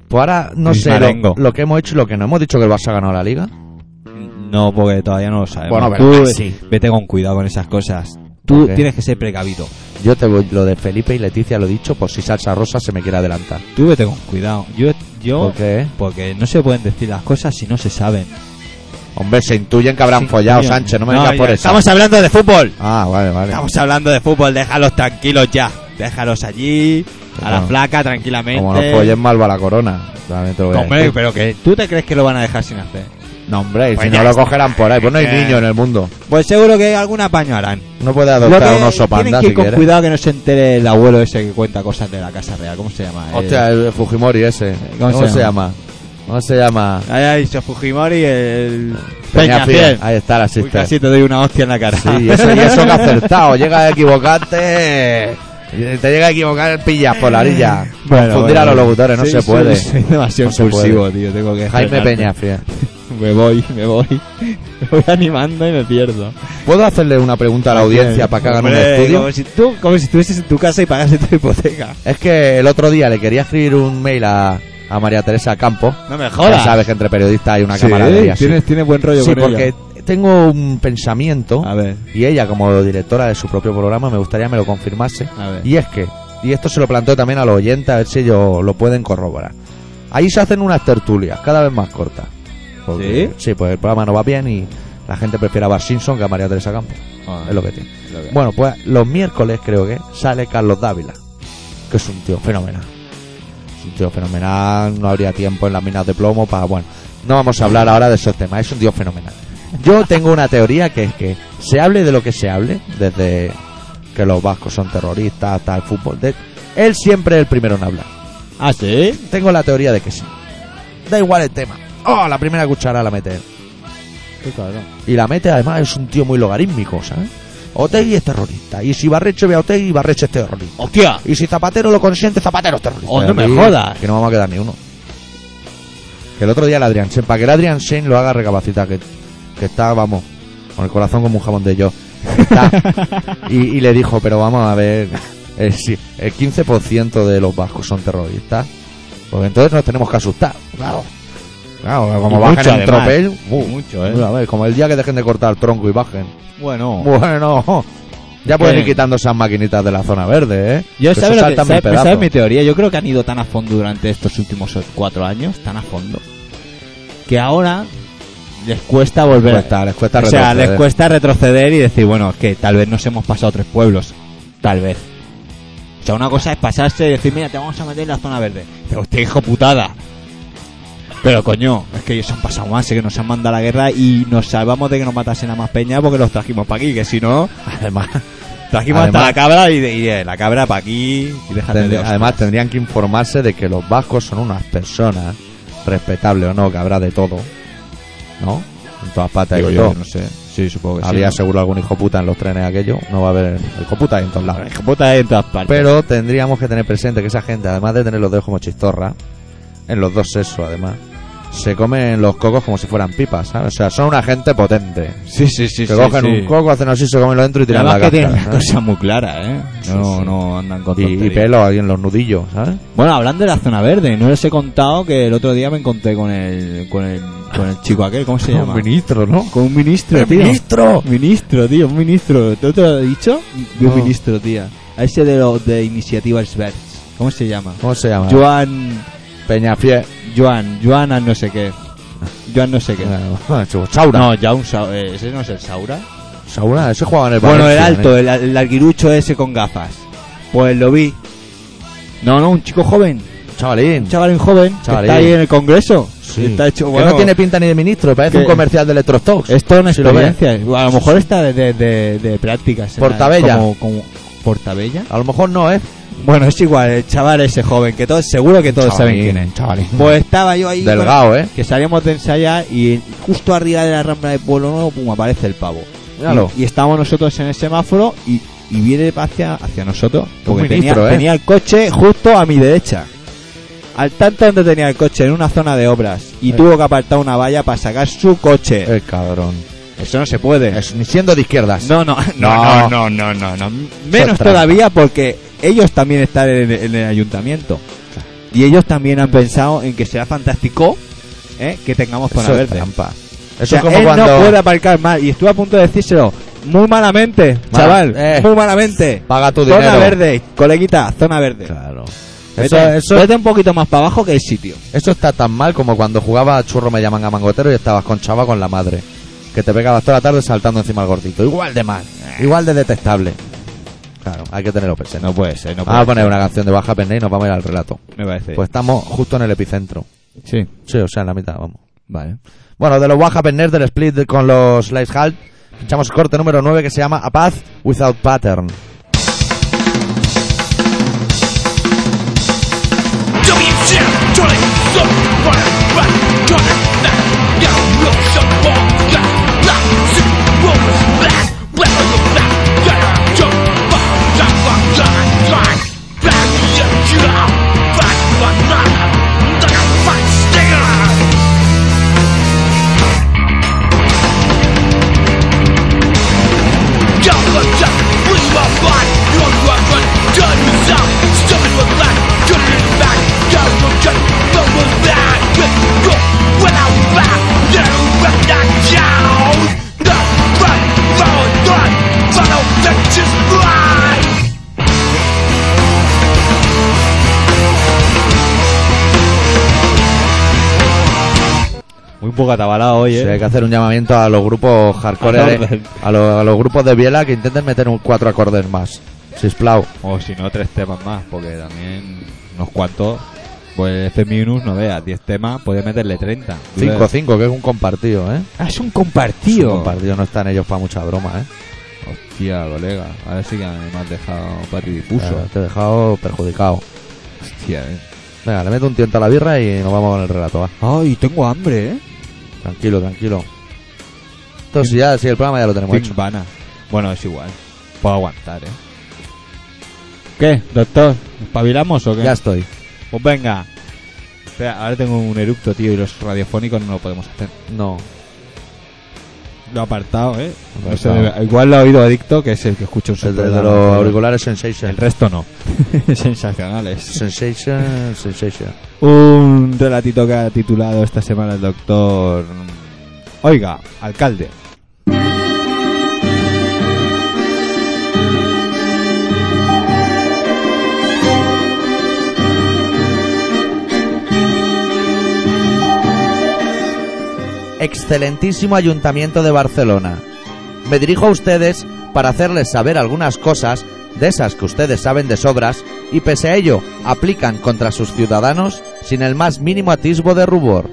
pues ahora no
Gris
sé lo,
marengo.
lo que hemos hecho y lo que no hemos dicho que el Barça ganó la liga.
No, porque todavía no lo sabemos.
Bueno, verdad,
Tú,
sí.
Vete con cuidado con esas cosas. Tú
Ok.
tienes que ser precavido.
Yo te voy, lo de Felipe y Leticia lo he dicho, por si Salsa Rosa se me quiere adelantar.
Tú vete con cuidado. Yo, yo,
¿Por qué? eh?
porque no se pueden decir las cosas si no se saben.
Hombre, se intuyen que habrán
Sí,
follado,
tío.
Sánchez, no me
No,
vengas
ya
por eso.
Estamos hablando de fútbol.
Ah, vale, vale.
Estamos hablando de fútbol. Déjalos tranquilos ya. Déjalos allí, a la
Bueno.
flaca, tranquilamente.
Como pues. nos follen malva la corona. También te lo voy a
este- Hombre,
decir.
pero que tú te crees que lo van a dejar sin hacer.
No, hombre, y
Pues
si
ya
no lo
está.
cogerán por ahí, pues no hay
Eh.
niños en el mundo.
Pues seguro que algún apaño harán.
No puede
Lo
adoptar
que
un oso
tienen
panda
que ir
si
con
quiere.
cuidado que no se entere el abuelo ese que cuenta cosas de la Casa Real. ¿Cómo se llama?
Hostia, el Fujimori ese.
¿Cómo
¿Cómo,
se
se, llama? ¿Cómo se llama?
Ahí ha dicho Fujimori el...
Peña Fiel.
Peñafiel.
Ahí está la
Uy,
sister.
casi te doy una hostia en la cara.
Ah, Sí, y eso, y eso que ha acertado. Llega a equivocarte. y Te llega a equivocar, pillas por la orilla.
Bueno,
Confundir
bueno,
a los
bueno.
locutores, no
Sí,
se
soy-
puede.
Soy demasiado
No se
impulsivo, tío. Tengo que
Jaime
frenarme.
Peñafiel.
Me voy, me voy. Me voy animando y me pierdo.
¿Puedo hacerle una pregunta a la audiencia para que hagan un
Hombre,
estudio?
Como si, tú, como si estuvieses en tu casa y pagase tu hipoteca.
Es que el otro día le quería escribir un mail a, a María Teresa Campos.
No me
Ya sabes que entre periodistas hay una
Sí,
camaradería. así.
tienes, tienes buen rollo
Sí,
con
porque
ella. Ah.
tengo un pensamiento.
A ver,
Y ella, como directora de su propio programa, me gustaría me lo confirmase.
a ver.
Y es que, y esto se lo planteo también a los oyentes, a ver si ellos lo pueden corroborar. Ahí se hacen unas tertulias, cada vez más cortas. ¿Sí? pues el programa no va bien y la gente prefiere a Bart Simpson que a María Teresa Campos.
Ah,
Es lo que tiene.
lo que-
Bueno, pues los miércoles creo que sale Carlos Dávila, que es un tío fenomenal. Es un tío fenomenal, no habría tiempo en las minas de plomo para... Bueno, no vamos a hablar ahora de esos temas, es un tío fenomenal. Yo tengo una teoría que es que se hable de lo que se hable, desde que los vascos son terroristas hasta el fútbol, de- él siempre es el primero en hablar.
Ah, sí.
Tengo la teoría de que sí. Da igual el tema. Oh, la primera cuchara la mete él. Pues Y la mete, además, es un tío muy logarítmico, ¿sabes? Otegui es terrorista. Y si Barreche ve a Otegui, Barreche es terrorista.
¡Hostia!
Y si Zapatero lo consiente, Zapatero es terrorista.
Oh, no me
Aquí,
jodas.
Que no vamos a quedar ni uno. Que el otro día el Adrián Shane, para que el Adrián Shane lo haga recapacita, que, que está, vamos, con el corazón como un jamón de yo. Está. y, y le dijo, pero vamos a ver, eh, si el 15% de los vascos son terroristas, pues entonces nos tenemos que asustar. Claro. Claro, como
Y
bajen
mucho,
en
además.
tropel. uh,
Mucho, ¿eh?
a ver, como el día que dejen de cortar tronco y bajen.
Bueno,
Bueno, ya pueden ir
Oh. Bien.
quitando esas maquinitas de la zona verde, ¿eh?
yo
Que
sabes,
eso
lo que-
saltan
sabes-
mil
sabes mi
pedazos.
teoría. Yo creo que han ido tan a fondo durante estos últimos cuatro años, tan a fondo, que ahora les cuesta volver.
Les cuesta, les cuesta
o sea,
retroceder.
les cuesta retroceder y decir, bueno, es que tal vez nos hemos pasado tres pueblos. Tal vez. O sea, una cosa es pasarse y decir, mira, te vamos a meter en la zona verde. Pero usted, hijo putada. Pero coño, es que ellos han pasado más, es que nos han mandado a la guerra y nos salvamos de que nos matasen a más peña porque los trajimos para aquí, que si no,
Además,
trajimos
Además-
hasta la cabra y, de, y de la cabra para aquí y déjate de
tendría-
hostias.
además tendrían que informarse de que los vascos son unas personas, respetables o no, que habrá de todo. ¿No? En todas partes
Digo
hay de
yo,
todo.
no sé. Sí, supongo que
Habría
sí.
seguro algún hijo puta en los trenes aquellos. No va a haber hijo puta en todos lados.
Hijo puta hay en todas partes.
Pero tendríamos que tener presente que esa gente, además de tener los dedos como chistorra, en los dos sexos además, se comen los cocos como si fueran pipas, ¿sabes? O sea, son una gente potente.
sí, sí, sí.
que
sí,
cogen
sí.
un coco, hacen así, se comen lo dentro y tiran
Además
la
que tienen
cáscara,
una
¿no?
cosa muy clara, ¿eh? No,
Sí, sí.
no andan con
Y, y
tonterías.
pelo ahí en los nudillos, ¿sabes?
Bueno, hablando de la zona verde, no les he contado que el otro día me encontré con el con el, con el chico aquel, ¿cómo se llama?
Un ministro, ¿no?
Con un ministro, tío.
ministro!
Ministro, tío, un ministro. ¿Te te lo he dicho? De un
No.
ministro, tía. A ese de, lo, de Iniciativas Verdes. ¿Cómo se llama?
¿Cómo se llama?
Joan...
Peñafiel.
Joan, Joan al no sé qué. Joan no sé qué.
Saura.
No, ya un Sau- eh, ese no es el Saura.
Saura, ese jugaba en el
Bueno, el
Valencia,
alto,
¿eh?
el, el arguirucho ese con gafas. Pues lo vi. No, no, un chico joven.
Chavalín.
Un chavalín joven. que
Chavalín.
está ahí en el Congreso.
Sí.
Está hecho,
que
bueno,
no tiene pinta ni de ministro, parece
que-
un comercial de Electrostox.
Esto es una
Si lo
experiencia. a lo mejor está de, de, de- de prácticas. en la-
Portabella.
Como, como- ¿Portabella?
A lo mejor no, ¿eh?
Bueno, es igual, el chaval ese joven, que todos, seguro que todos saben
Chavalín,
quién es.
Chavalín.
Pues estaba yo ahí. con-
Delgado, ¿eh?
que salíamos de ensayar y justo arriba de la rambla de Pueblo Nuevo, pum, aparece el pavo.
Míralo.
Y, y estábamos nosotros en el semáforo y, y viene hacia, hacia nosotros. Porque
ministro,
tenía,
¿eh?
tenía el coche justo a mi derecha. Al tanto donde tenía el coche, en una zona de obras. Y
Eh.
tuvo que apartar una valla para sacar su coche.
El cabrón.
Eso no se puede.
Es- ni siendo de izquierdas.
No, no, no, no, no, no, no, no. Menos
trampa.
todavía porque ellos también están en, en el ayuntamiento. Y ellos también han pensado en que será fantástico ¿eh? que tengamos zona
Eso es
verde.
trampa. Eso
O sea,
es como
él
cuando
no puede aparcar mal. Y estuve a punto de decírselo. Muy malamente,
Mal,
chaval.
eh.
Muy malamente.
paga tu
Zona
dinero.
verde, coleguita, zona verde.
Claro. Eso,
Vete,
eso,
vete un poquito más para abajo que el sitio.
eso está tan mal como cuando jugaba a churro me llaman a mangotero y estabas con chava con la madre. Que te pegabas toda la tarde saltando encima al gordito. Igual de mal. Igual de detestable. Claro, hay que tenerlo presente.
puede ser, no
vamos a poner una canción de Baja Perne y nos vamos a ir al relato.
Me parece.
Pues estamos justo en el epicentro.
sí,
Sí, o sea, en la mitad, vamos.
vale.
Bueno, de los Baja Perne del split con los Lice Halt, echamos corte número 9 que se llama A Path Without Pattern.
Stinger! Right!
Muy poco atabalado hoy,
Sí,
eh.
hay que hacer un llamamiento a los grupos hardcore,
Al
de-
orden.
a, lo- a los grupos de biela que intenten meter un cuatro acordes más. Sisplau.
O si no, tres temas más, porque también unos cuantos. Pues este minus, no veas, 10 temas, puedes meterle 30.
5-5, que es un compartido, ¿eh?
Ah, es un
Es
compartido.
Un compartido no están ellos para mucha broma, ¿eh?
Hostia, colega. Ahora sí que me has dejado patidifuso.
Claro, te he dejado perjudicado.
Hostia, eh.
Venga, le meto un tiento a la birra y nos vamos con el relato, va.
Ay, tengo hambre, eh.
Tranquilo, tranquilo. Entonces ya, sí, el programa ya lo tenemos hecho.
Timbana. Bueno, es igual. Puedo aguantar, eh. ¿Qué, doctor? ¿Espabilamos o qué?
Ya estoy.
Pues venga. Espera, ahora tengo un eructo, tío, y los radiofónicos no lo podemos hacer.
No.
Lo ha apartado, ¿eh? No sé,
Apartado.
igual lo ha oído Adicto, que es el que escucho en su
El de, de
programa,
los
pero
auriculares Sensation.
El resto no. Sensacionales.
Sensation, Sensation.
Un relatito que ha titulado esta semana el doctor... Oiga, alcalde.
Excelentísimo Ayuntamiento de Barcelona. Me dirijo a ustedes para hacerles saber algunas cosas de esas que ustedes saben de sobras y pese a ello aplican contra sus ciudadanos sin el más mínimo atisbo de rubor.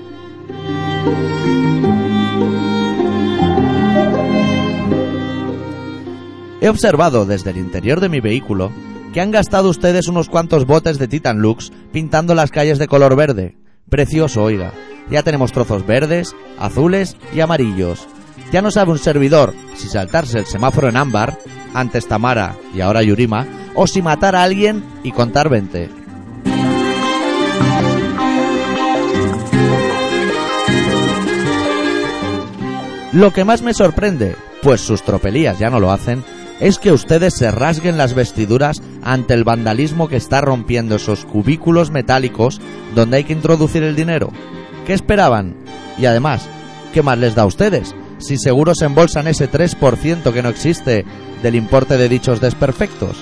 He observado desde el interior de mi vehículo que han gastado ustedes unos cuantos botes de Titan Lux pintando las calles de color verde. Precioso, oiga. Ya tenemos trozos verdes, azules y amarillos. Ya no sabe un servidor si saltarse el semáforo en ámbar, antes Tamara y ahora Yurima, o si matar a alguien y contar 20. Lo que más me sorprende, pues sus tropelías ya no lo hacen, es que ustedes se rasguen las vestiduras ante el vandalismo que está rompiendo esos cubículos metálicos donde hay que introducir el dinero. ¿Qué esperaban? Y además, ¿qué más les da a ustedes? Si seguro se embolsan ese 3% que no existe del importe de dichos desperfectos.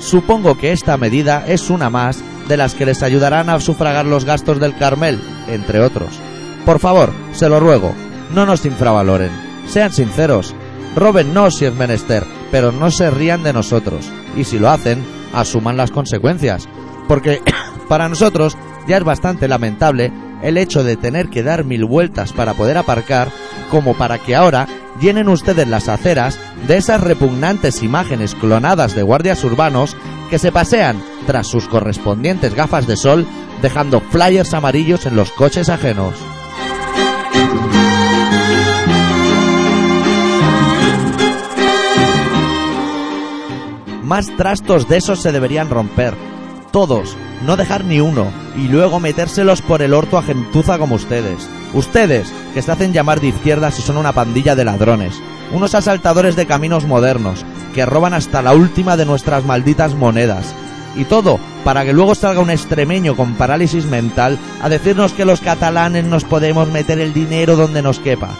Supongo que esta medida es una más de las que les ayudarán a sufragar los gastos del Carmel, entre otros. Por favor, se lo ruego, no nos infravaloren, sean sinceros, róbennos si es menester, pero no se rían de nosotros, y si lo hacen, asuman las consecuencias, porque para nosotros ya es bastante lamentable el hecho de tener que dar mil vueltas para poder aparcar, como para que ahora llenen ustedes las aceras de esas repugnantes imágenes clonadas de guardias urbanos que se pasean tras sus correspondientes gafas de sol dejando flyers amarillos en los coches ajenos. Más trastos de esos se deberían romper. Todos, no dejar ni uno, y luego metérselos por el orto a gentuza como ustedes. Ustedes, que se hacen llamar de izquierdas y son una pandilla de ladrones. Unos asaltadores de caminos modernos, que roban hasta la última de nuestras malditas monedas. Y todo para que luego salga un extremeño con parálisis mental a decirnos que los catalanes nos podemos meter el dinero donde nos quepa.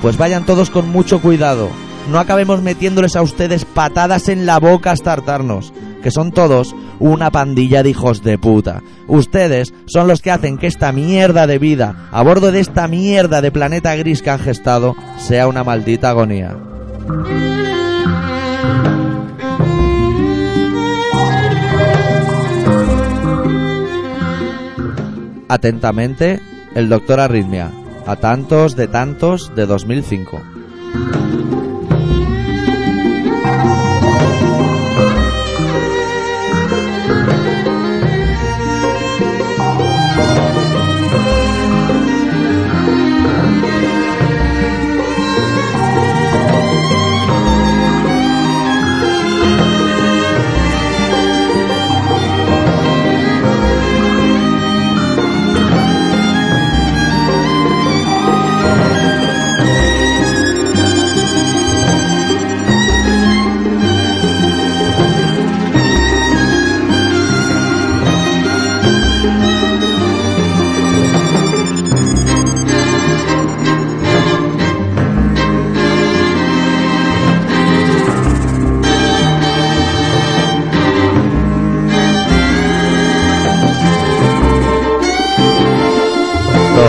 Pues vayan todos con mucho cuidado. No acabemos metiéndoles a ustedes patadas en la boca hasta hartarnos, que son todos una pandilla de hijos de puta. Ustedes son los que hacen que esta mierda de vida, a bordo de esta mierda de planeta gris que han gestado, sea una maldita agonía. Atentamente, el doctor Arritmia. A tantos de tantos de 2005. Esto,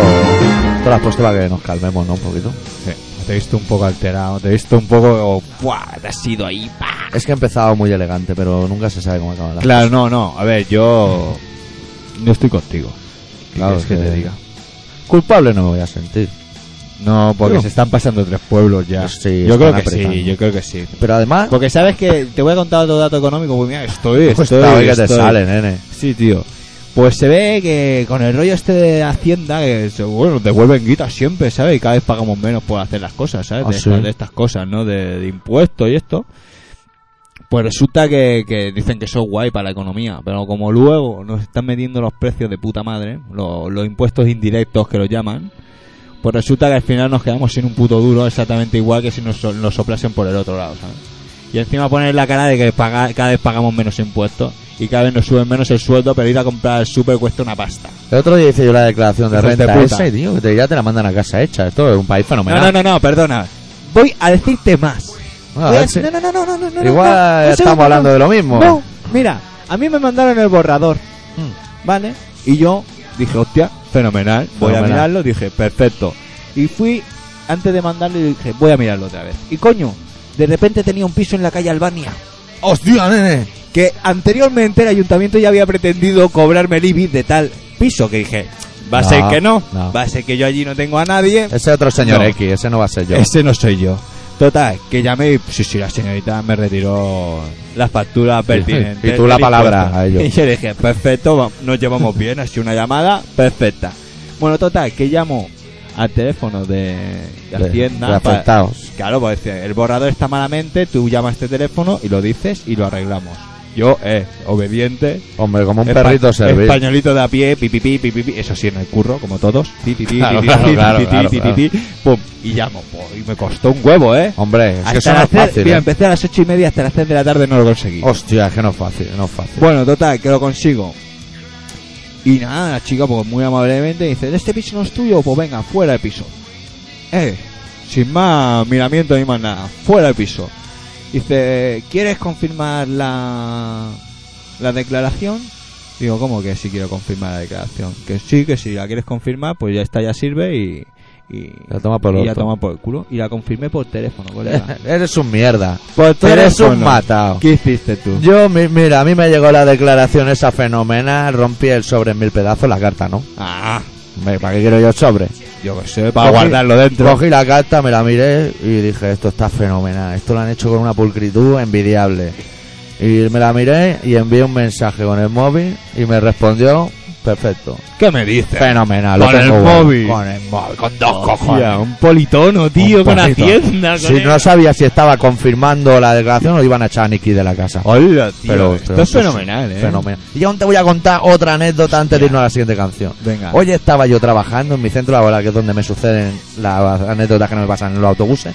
esto lo has puesto para que nos calmemos, ¿no? Un poquito.
Sí, te he visto un poco alterado, te he visto un poco... oh, ¡Buah! Te has ido ahí, pa.
Es que he empezado muy elegante, pero nunca se sabe cómo acabará.
Claro, no, no. A ver, yo... No estoy contigo. ¿Qué
Claro, eh.
quieres
es
que
que-
te diga.
Culpable no me voy a sentir.
No, porque
No.
se están pasando tres pueblos ya.
Pues sí,
yo creo
están
que
apretando.
sí, yo creo que sí.
Pero además,
Porque sabes que te voy a contar otro dato económico, pues mira, estoy, estoy,
pues está, oye, que te
estoy.
sale, nene.
Sí, tío. Pues se ve que con el rollo este de Hacienda, que se- bueno, devuelven guitas siempre, ¿sabes? Y cada vez pagamos menos por hacer las cosas, ¿sabes?
Ah,
de,
sí.
estas, de estas cosas, ¿no? De, de impuestos y esto. Pues resulta que, que dicen que eso es guay para la economía, pero como luego nos están metiendo los precios de puta madre, lo- los impuestos indirectos que lo llaman, pues resulta que al final nos quedamos sin un puto duro exactamente igual que si nos, so- nos soplasen por el otro lado, ¿sabes? Y encima ponen la cara de que paga- cada vez pagamos menos impuestos y cada vez nos suben menos el sueldo, pero ir a comprar al súper cuesta una pasta.
El otro día hice yo la declaración de
Hijos de
renta
puta.
esa y, tío, que te- ya te la mandan a casa hecha. Esto es un país
No,
fenomenal.
no, no, no, perdona. Voy a decirte más.
Bueno, a
Voy a-
ver si-
No, no, no, no, no, no, no,
Ah, Igual
no, un
estamos
segundo,
hablando de lo mismo.
No, mira, a mí me mandaron el borrador,
Hmm.
¿vale? Y yo dije, hostia, fenomenal, voy
Fenomenal.
a mirarlo, dije, perfecto. Y fui, antes de mandarlo, y dije, voy a mirarlo otra vez. Y coño, de repente tenía un piso en la calle Albania,
¡Hostia, nene!
que anteriormente el ayuntamiento ya había pretendido cobrarme el IBI de tal piso, que dije, va a
No,
ser que no,
no.
va a ser que yo allí no tengo a nadie,
Ese otro señor
No.
X, ese Este no va a ser yo.
ese no soy yo. Total, que llamé y sí, sí, la señorita me retiró las facturas pertinentes.
y tú la
del
palabra
impuesto.
a ellos.
Y yo dije, perfecto, va- nos llevamos bien, así una llamada perfecta. Bueno, total, que llamo al teléfono de, de
De-
Hacienda.
de
pa-
afectados.
claro, pues dice, el borrador está malamente, tú llamas a este teléfono y lo dices y lo arreglamos. Yo, eh, obediente,
Hombre, como un
Espa-
perrito servido.
Españolito de a pie, pi, pi, pi, pi, pi, pi, eso sí, en el curro, como todos. Ti, ti, ti,
Claro,
ti,
claro,
ti, ti,
claro,
ti, ti,
claro,
ti,
claro.
ti, pum, y llamo. po, Y me costó un huevo, ¿eh?
Hombre, es que eso
Hasta
no
las
es
tres-
fácil.
mira,
¿eh?
empecé a las ocho y media, hasta las 3 de la tarde no lo conseguí.
Hostia, es que no es fácil, no es fácil.
Bueno, total, que lo consigo. Y nada, la chica, pues muy amablemente, dice: ¿Este piso no es tuyo? Pues venga, fuera el piso. Eh, sin más miramiento ni más nada, fuera el piso. Dice: ¿Quieres confirmar la, la declaración? Digo, ¿cómo que sí quiero confirmar la declaración? Que sí, que si la quieres confirmar, pues ya está, ya sirve y. y
La toma por
y ya
orto.
toma por el culo. Y la confirmé por teléfono, colega.
Eres un mierda.
por
Pues Eres un matado.
¿Qué hiciste tú?
Yo, mi- mira, a mí me llegó la declaración esa fenomenal. Rompí el sobre en mil pedazos, la carta, ¿no?
Ah,
Hombre, ¿Para qué quiero yo el sobre?
yo que sé,
Cogí-
para guardarlo dentro.
Cogí la carta, me la miré y dije, esto está fenomenal. Esto lo han hecho con una pulcritud envidiable. Y me la miré y envié un mensaje con el móvil y me respondió, perfecto.
¿Qué me dices?
Fenomenal. lo
Con el
tengo guardado.
móvil.
Con el móvil, con dos cojones.
Hostia, un politono, tío,
Un
con
poquito.
Hacienda. con
Si
él.
no sabía si estaba confirmando la declaración o iban a echar a Nicky de la casa.
Hola, tío.
Pero-
esto
pero-
es fenomenal, eh.
Fenomenal. Y aún te voy a contar otra anécdota antes de irnos a la siguiente canción.
Venga.
Hoy estaba yo trabajando en mi centro laboral, que es donde me suceden las anécdotas que no me pasan en los autobuses.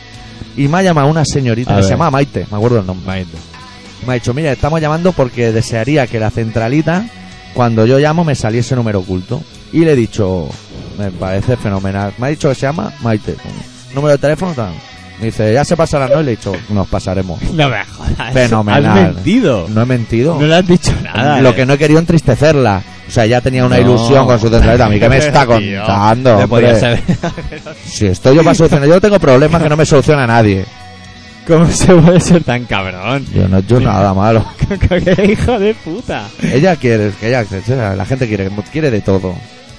Y me ha llamado una señorita
A
que se
ver.
llama Maite, me acuerdo el nombre.
Maite.
Me ha dicho, mira, estamos llamando porque desearía que la centralita, cuando yo llamo, me saliese número oculto. Y le he dicho, me parece fenomenal. Me ha dicho que se llama Maite. Número de teléfono, tal. Me dice, ya se pasará, ¿no? Y le he dicho, nos pasaremos.
No me jodas.
Fenomenal.
Has mentido.
No he mentido.
No le has dicho nada.
Lo
eh.
que no he querido entristecerla. O sea, ya tenía una
No.
ilusión con su centralita. A mí que me está
Tío,
contando.
le
hombre?
podías haber-
Si estoy yo para solucionar, yo tengo problemas que no me soluciona nadie.
¿Cómo se puede ser tan cabrón?
Yo no he hecho nada malo.
¡Qué hijo de puta!
Ella quiere, que ella, la gente quiere, quiere de todo.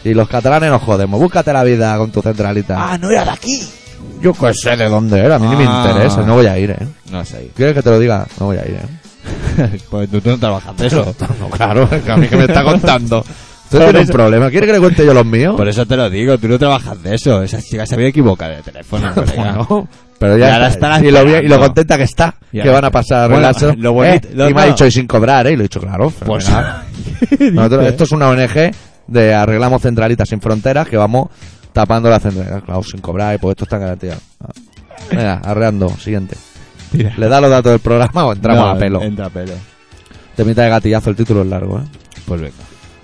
Y los catalanes nos jodemos. Búscate la vida con tu centralita.
Ah, no era de aquí!
yo que sé de dónde era, a mí ni me
Ah.
interesa. No voy a ir, ¿eh?
No sé.
¿Quieres que te lo diga? No voy a ir, ¿eh?
pues tú, tú no trabajas de eso.
No, claro, que a mí que me está contando. Tú
Por
tienes un
eso-
problema. ¿Quieres que le cuente yo los míos?
Por eso te lo digo, tú no trabajas de eso. Esa chica se había equivocado de teléfono. colega.
Bueno, pero
Y
ya
ahora
está-
estará
y, lo, bien- y lo
esperando.
contenta que está
Y
que
ahora
van a
está-
pasar
Bueno,
relaxes,
lo bonito-
eh,
lo-
y me ha
no.
dicho y sin cobrar eh, y lo he dicho claro
Pues-
fenomenal. Nosotros- esto es una ONG de arreglamos centralitas sin fronteras que vamos tapando las centralitas claro sin cobrar eh, pues esto está garantizado Ah. venga arreando siguiente
Tira.
le da los datos del programa o entramos
No,
a pelo
Entra a pelo.
te mitad de gatillazo el título es largo eh
Pues venga.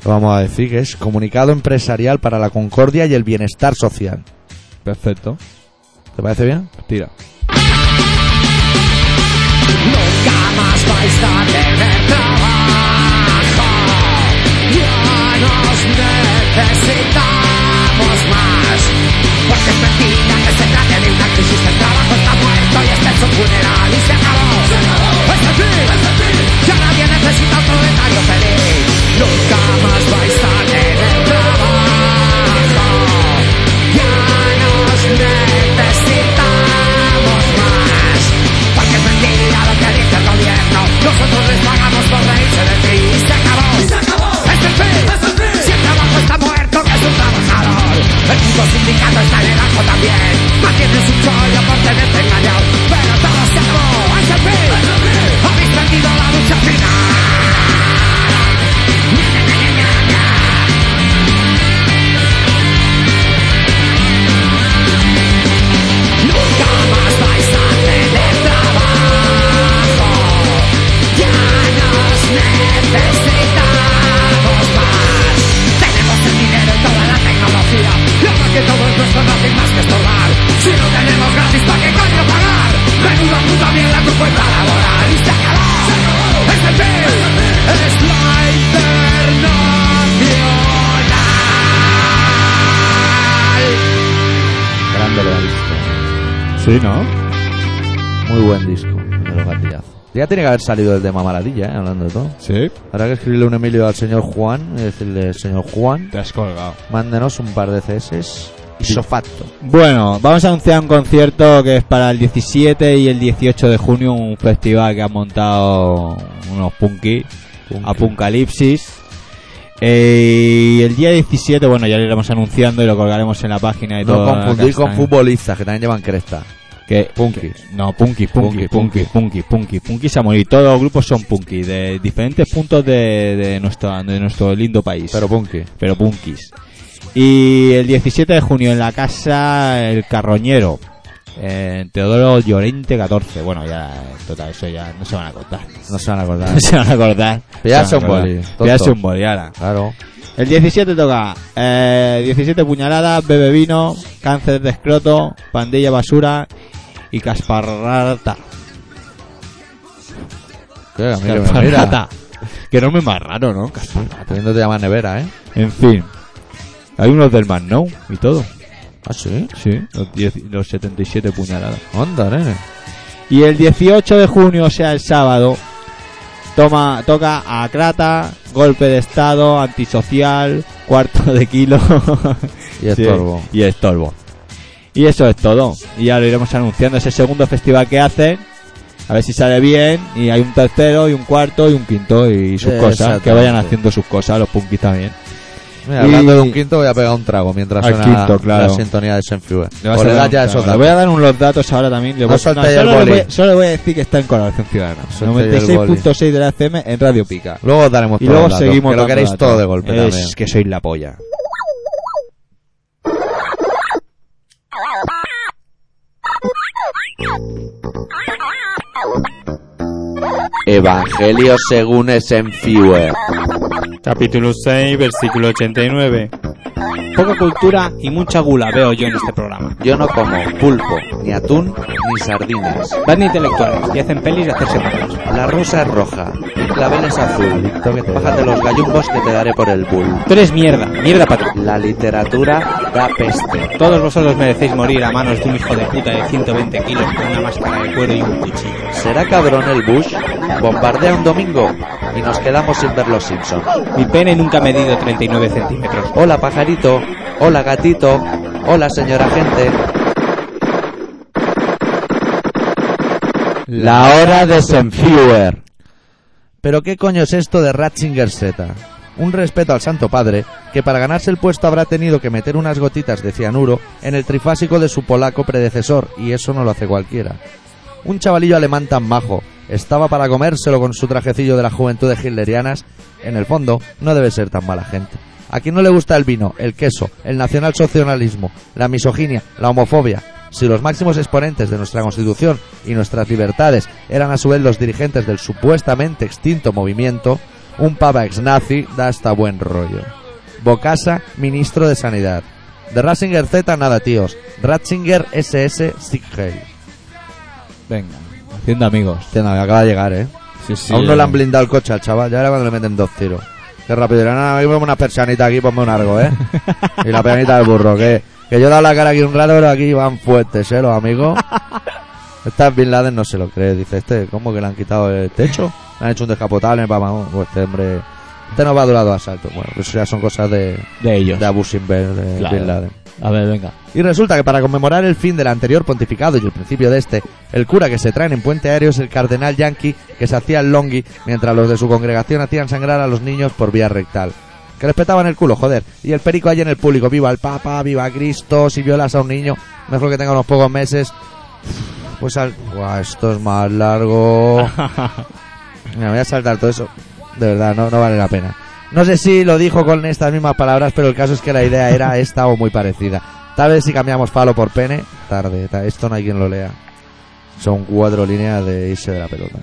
lo vamos a decir que es comunicado empresarial para la concordia y el bienestar social
Perfecto.
¿te parece bien?
Tira.
Nunca más vais a tener trabajo. Ya nos necesitamos más. Porque es mentira que se trate de una crisis. El trabajo está muerto y este es un funeral y se acabó. Es el fin. Ya nadie necesita un proletario feliz. Nunca más vais a tener trabajo. Ya nos necesitamos más. Porque es mentira lo que dice el gobierno. Nosotros les pagamos por reírse de ti y se acabó. Es el fin. Si el trabajo está muerto, que es un trabajador. El mundo sindicato está en el ajo también. tu cuenta laboral y se acabó. Es el fin, es la internacional.
Grande lo ha visto.
Sí, ¿no?
Muy buen disco, de los gatillazos. Ya tiene que haber salido el de Mamaladilla, ¿eh? hablando de todo.
Sí.
Habrá que escribirle un Emilio al señor Juan y decirle, señor Juan,
Te has colgado.
mándenos un par de CS y sofacto.
Bueno, vamos a anunciar un concierto que es para el 17 y el 18 de junio, un festival que han montado unos punky, Apuncalipsis. Eh, y el día 17, bueno, ya lo iremos anunciando y lo colgaremos en la página y
No
todo.
confundir
Acá
con
están.
futbolistas que también llevan cresta.
Que-
Punkis.
No, punkis, punkis, punkis, punkis, punkis, punkis a morir. Todos los grupos son punkis, de diferentes puntos de, de, nuestra- de nuestro lindo país
Pero punky.
pero punkis. Y el 17 de junio en la casa El Carroñero, en Teodoro Llorente 14. Bueno, ya, total, eso ya no se van a acordar.
No se van a acordar.
No se van a acordar.
Pillarse
No se van a
un boli,
acordar.
tonto.
Pillarse un boli, ala.
Claro.
El 17 toca eh, 17 puñaladas, bebe vino, cáncer de escroto, pandilla basura y casparrata.
Que, a mí que me mira. Ah,
Casparrata. Que no me más raro, ¿no?
Pudiéndote llamar nevera, ¿eh?
En fin. Hay unos del Man No y todo.
Ah, sí.
Sí, los, 10 los 77 puñaladas.
Onda, nene.
Y el 18 de junio, o sea, el sábado, toma, toca a Crata, golpe de estado, antisocial, cuarto de kilo.
Y estorbo.
Sí, y estorbo. Y eso es todo. Y ya lo iremos anunciando. Es el segundo festival que hacen. A ver si sale bien. Y hay un tercero, y un cuarto, y un quinto, y sus cosas. Que vayan
Exactamente.
haciendo sus cosas, los punkis también.
Mira, hablando
Y-
de un quinto, voy a pegar un trago mientras
Al
suena
quinto, claro.
la sintonía de Senfue.
Le vas
O
a
le
dar
das
un
ya
trago.
esos
Le voy a
datos.
dar unos datos ahora también. Le
No
voy-
suelta
no,
ya el
solo, le
boli.
voy, solo le voy a decir que está en Colaboración Ciudadana.
Suelta ya el
96.6 de la FM en Radio Pica.
Luego os daremos
Y
todos
luego
los datos,
seguimos.
Que lo
dando
queréis
datos.
todo de golpe
Es
también.
que sois la polla.
Evangelio según es Senfue.
Capítulo 6, versículo 89.
Poca cultura y mucha gula veo yo en este programa.
Yo no como pulpo, ni atún, ni sardinas.
Van de intelectuales y hacen pelis de hacerse malos.
La rosa es roja, el clavel es azul. Bájate los gallumbos que te daré por el bull.
Tú eres mierda, mierda para ti.
La literatura da peste.
Todos vosotros merecéis morir a manos de un hijo de puta de 120 kilos con una máscara de cuero y un cuchillo.
¿Será cabrón el Bush? Bombardea un domingo y nos quedamos sin ver los Simpsons.
Mi pene nunca ha medido 39 centímetros.
Hola pajarito, hola gatito, hola señora gente.
La hora de Senfuer.
Pero qué coño es esto de Ratzinger Z. Un respeto al Santo Padre, que para ganarse el puesto habrá tenido que meter unas gotitas de cianuro en el trifásico de su polaco predecesor, y eso no lo hace cualquiera. Un chavalillo alemán tan majo, estaba para comérselo con su trajecillo de las juventudes hitlerianas, en el fondo no debe ser tan mala gente. A quien no le gusta el vino, el queso, el nacionalsocialismo, la misoginia, la homofobia, si los máximos exponentes de nuestra constitución y nuestras libertades eran a su vez los dirigentes del supuestamente extinto movimiento, un papa ex nazi da hasta buen rollo. Bocasa, ministro de Sanidad. De Ratzinger Z nada tíos. Ratzinger SS Sigheil.
Venga, haciendo amigos.
Hostia, no, acaba de llegar, eh. Aún no le han blindado el coche al chaval, ya era cuando le meten dos tiros. Qué rápido, dirán, ah, aquí ponme una persianita aquí, ponme un argo, ¿eh? y la persianita del burro, que, que yo he dado la cara aquí un rato, pero aquí van fuertes, ¿eh? Los amigos. Esta Bin Laden no se lo cree, dice este, ¿cómo que le han quitado el techo? Le han hecho un descapotable, para pues este hombre... Este no va a durar dos asaltos. Bueno, pues eso ya son cosas de,
De ellos.
de Abu Simbel, de
Claro.
Bin Laden.
A ver, venga.
Y resulta que para conmemorar el fin del anterior pontificado y el principio de este, el cura que se traen en puente aéreo es el cardenal yanqui que se hacía el longhi mientras los de su congregación hacían sangrar a los niños por vía rectal. Que les petaban el culo, joder. Y el perico allí en el público, viva el papa, viva Cristo, si violas a un niño, mejor que tenga unos pocos meses. Pues al... Buah, esto es más largo. Mira, me voy a saltar todo eso. De verdad, no, no vale la pena. No sé si lo dijo con estas mismas palabras, pero el caso es que la idea era esta o muy parecida. Tal vez si cambiamos palo por pene, tarde. ta- Esto no hay quien lo lea. Son cuatro líneas de irse de la pelota.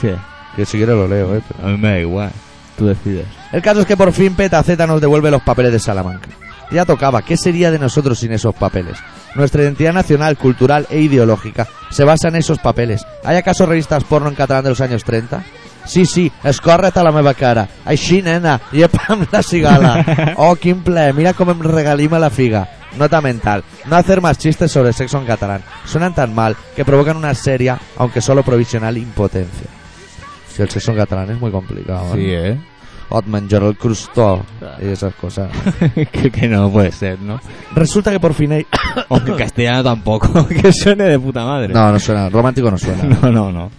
Sí,
Que si quieres lo leo, eh. pero-
a mí me da igual. Tú decides.
El caso es que por fin Peta Z nos devuelve los papeles de Salamanca. Ya tocaba, ¿qué sería de nosotros sin esos papeles? Nuestra identidad nacional, cultural e ideológica se basa en esos papeles. ¿Hay acaso revistas porno en catalán de los años 30? Sí, sí, escorre't a la meva cara. Així, nena, llepa'm la cigala. Oh, quin plaer, mira com em regalim a la figa. Nota mental, no hacer más chistes sobre sexo en catalán. Suenan tan mal que provocan una seria, aunque solo provisional, impotencia. Si el sexo en catalán es muy complicado. ¿eh?
¿eh?
Ot menjar el crustó y esas cosas.
que, que no puede ser, ¿no?
Resulta que por fin hay...
O que en castellano tampoco. que suene de puta madre.
No, no suena, romántico no suena.
no, no. no.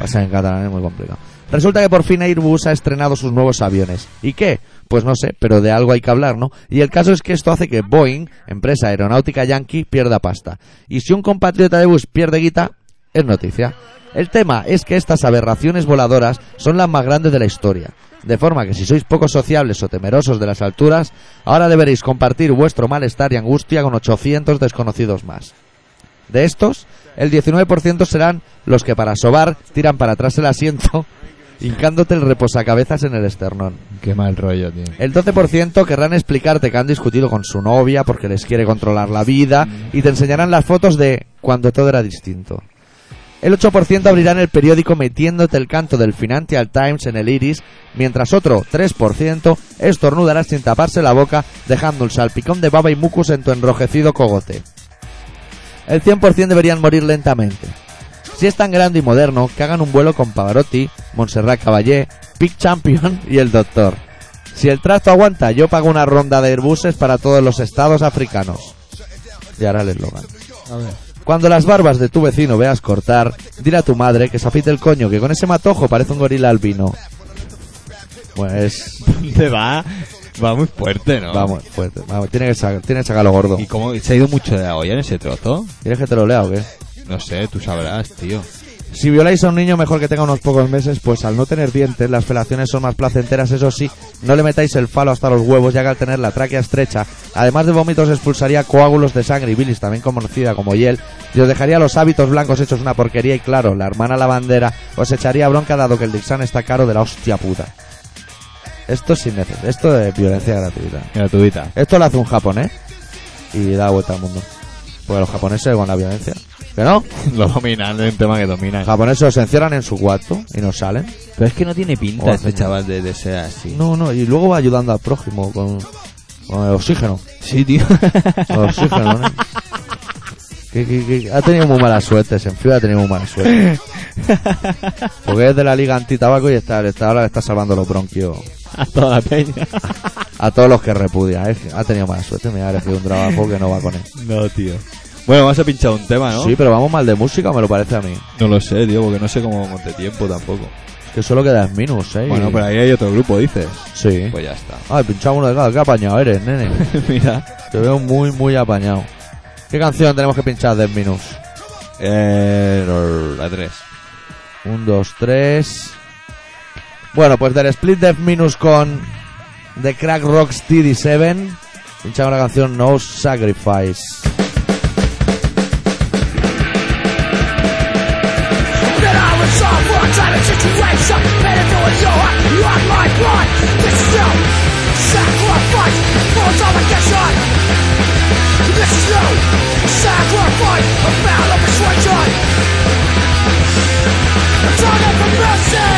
O sea, en catalán es muy complicado. Resulta que por fin Airbus ha estrenado sus nuevos aviones. ¿Y qué? Pues no sé, pero de algo hay que hablar, ¿no? Y el caso es que esto hace que Boeing, empresa aeronáutica yankee, pierda pasta. Y si un compatriota de Bush pierde guita, es noticia. El tema es que estas aberraciones voladoras son las más grandes de la historia. De forma que si sois poco sociables o temerosos de las alturas, ahora deberéis compartir vuestro malestar y angustia con 800 desconocidos más. De estos, el 19% serán los que para sobar tiran para atrás el asiento, hincándote el reposacabezas en el esternón.
Qué mal rollo, tío.
El 12% querrán explicarte que han discutido con su novia porque les quiere controlar la vida y te enseñarán las fotos de cuando todo era distinto. El 8% abrirán el periódico metiéndote el canto del Financial Times en el iris, mientras otro 3% estornudará sin taparse la boca, dejando un salpicón de baba y mucus en tu enrojecido cogote el 100% deberían morir lentamente. Si es tan grande y moderno, que hagan un vuelo con Pavarotti, Montserrat Caballé, Big Champion y el Doctor. Si el trato aguanta, yo pago una ronda de Airbuses para todos los estados africanos. Y ahora el eslogan. Cuando las barbas de tu vecino veas cortar, dile a tu madre que se afite el coño, que con ese matojo parece un gorila albino. Pues
¿Dónde va? Va muy fuerte, ¿no?
vamos, fuerte, vamos, tiene que, sa- tiene que sacarlo gordo.
¿Y cómo se ha ido mucho de la olla en ese trozo?
¿Quieres que te lo lea o qué?
No sé, tú sabrás, tío.
Si violáis a un niño, mejor que tenga unos pocos meses, pues al no tener dientes, las felaciones son más placenteras, eso sí. No le metáis el falo hasta los huevos, ya que al tener la tráquea estrecha, además de vómitos, expulsaría coágulos de sangre y bilis, también conocida como hiel, y os dejaría los hábitos blancos hechos una porquería y claro, la hermana lavandera os echaría bronca dado que el Dixan está caro de la hostia puta. Esto es innecesario, esto es violencia gratuita.
Gratuita.
Esto lo hace un japonés y da vuelta al mundo. Pues los japoneses con la violencia. ¿Que no?
Lo dominan, es un tema que dominan.
Los japoneses se encierran en su cuarto y no salen.
Pero es que no tiene pinta
Joder,
este
señor.
chaval de, de ser así.
No, no, y luego va ayudando al prójimo con, con el oxígeno.
Sí, tío.
Con el oxígeno, ¿no? Que- que- que ha tenido muy mala suerte, Senfío ha tenido muy mala suerte. Porque es de la liga antitabaco y está, está, ahora le está salvando los bronquios
A toda la peña.
a todos los que repudia. Es que ha tenido mala suerte, me ha elegido un trabajo que no va con él.
No, tío. Bueno, vas a pinchar un tema, ¿Ah, ¿no?
Sí, pero vamos mal de música, me lo parece a mí.
No lo sé, tío, porque no sé cómo monte tiempo tampoco.
Es que solo queda en minus, ¿eh?
Bueno, pero ahí hay otro grupo, dices.
Sí.
Pues ya está.
Ay, pinchamos uno de cada. Qué apañado eres, nene.
Mira.
Te veo muy, muy apañado. ¿Qué canción tenemos que pinchar de minus?
Eh, la 3.
Un, dos, tres. Bueno, pues del Split Death Minus con The Crack Rocks TD7. Pinchamos la canción No Sacrifice.
That I was all one time in situation Better do it your heart, you are my blood This is no sacrifice for domination This is no sacrifice a battle of persuasion Turn up for mercy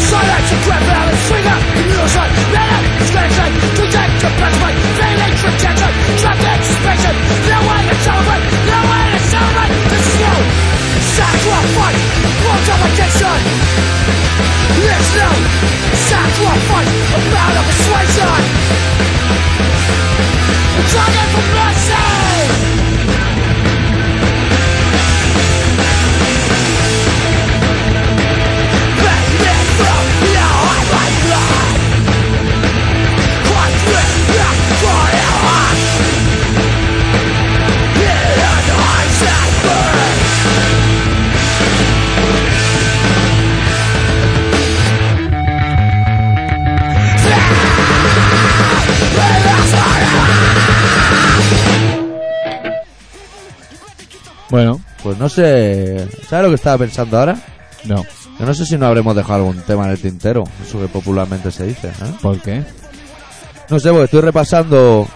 Silence and grab out and swing up illusion Let up expansion to take the best way Failing rejection, trapped in suspension No way to celebrate, no way to celebrate This is no sacrifice for domination There's no sacrifice about a persuasion Target for mercy Back me from your heart, my blood Quite ripped back for your heart Hidden eyes that burn
Bueno,
Pues no sé. ¿Sabes lo que estaba pensando ahora?
no.
Yo no sé si no habremos dejado algún tema en el tintero. Eso que popularmente se dice, ¿eh?
¿Por qué?
No sé, porque estoy repasando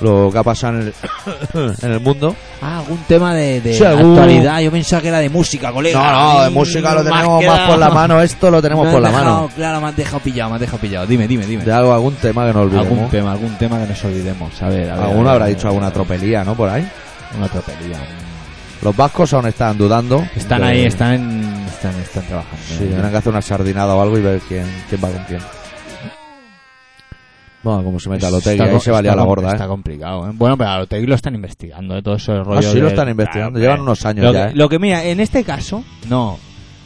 lo que ha pasado en el, en el mundo.
Ah, algún tema de, de
Sí, algún-
actualidad. Yo pensaba que era de música, colega.
No, no, de
Mm,
música lo
me has
tenemos más
quedado-
por la mano, esto lo tenemos
Me
por la
has dejado-
mano.
Claro, me has dejado pillado, me has dejado pillado. Dime, dime, dime.
De algo, algún tema que no olvidemos.
Algún tema, algún tema que nos olvidemos. A ver, a ver.
Alguno
a ver,
habrá
a ver,
dicho
a ver,
alguna
a ver.
tropelía, ¿no? Por ahí.
Una tropelía.
Los vascos aún están dudando.
Están
de-
ahí, están, en- están, están trabajando. ¿eh?
Sí, tendrán que hacer una sardinada o algo y ver quién, quién va con quién. Bueno, como se meta Lotegui,
Está
ahí
co-
se valía
está
la
com-
gorda,
Está
¿eh?
complicado, ¿eh? Bueno, pero a Lotegui lo están investigando, ¿eh? Todo ese rollo.
Ah, sí, lo
del-
están investigando.
Claro,
Llevan
hombre.
unos años
Lo,
ya,
que-
¿eh?
lo que mira, en este caso, no.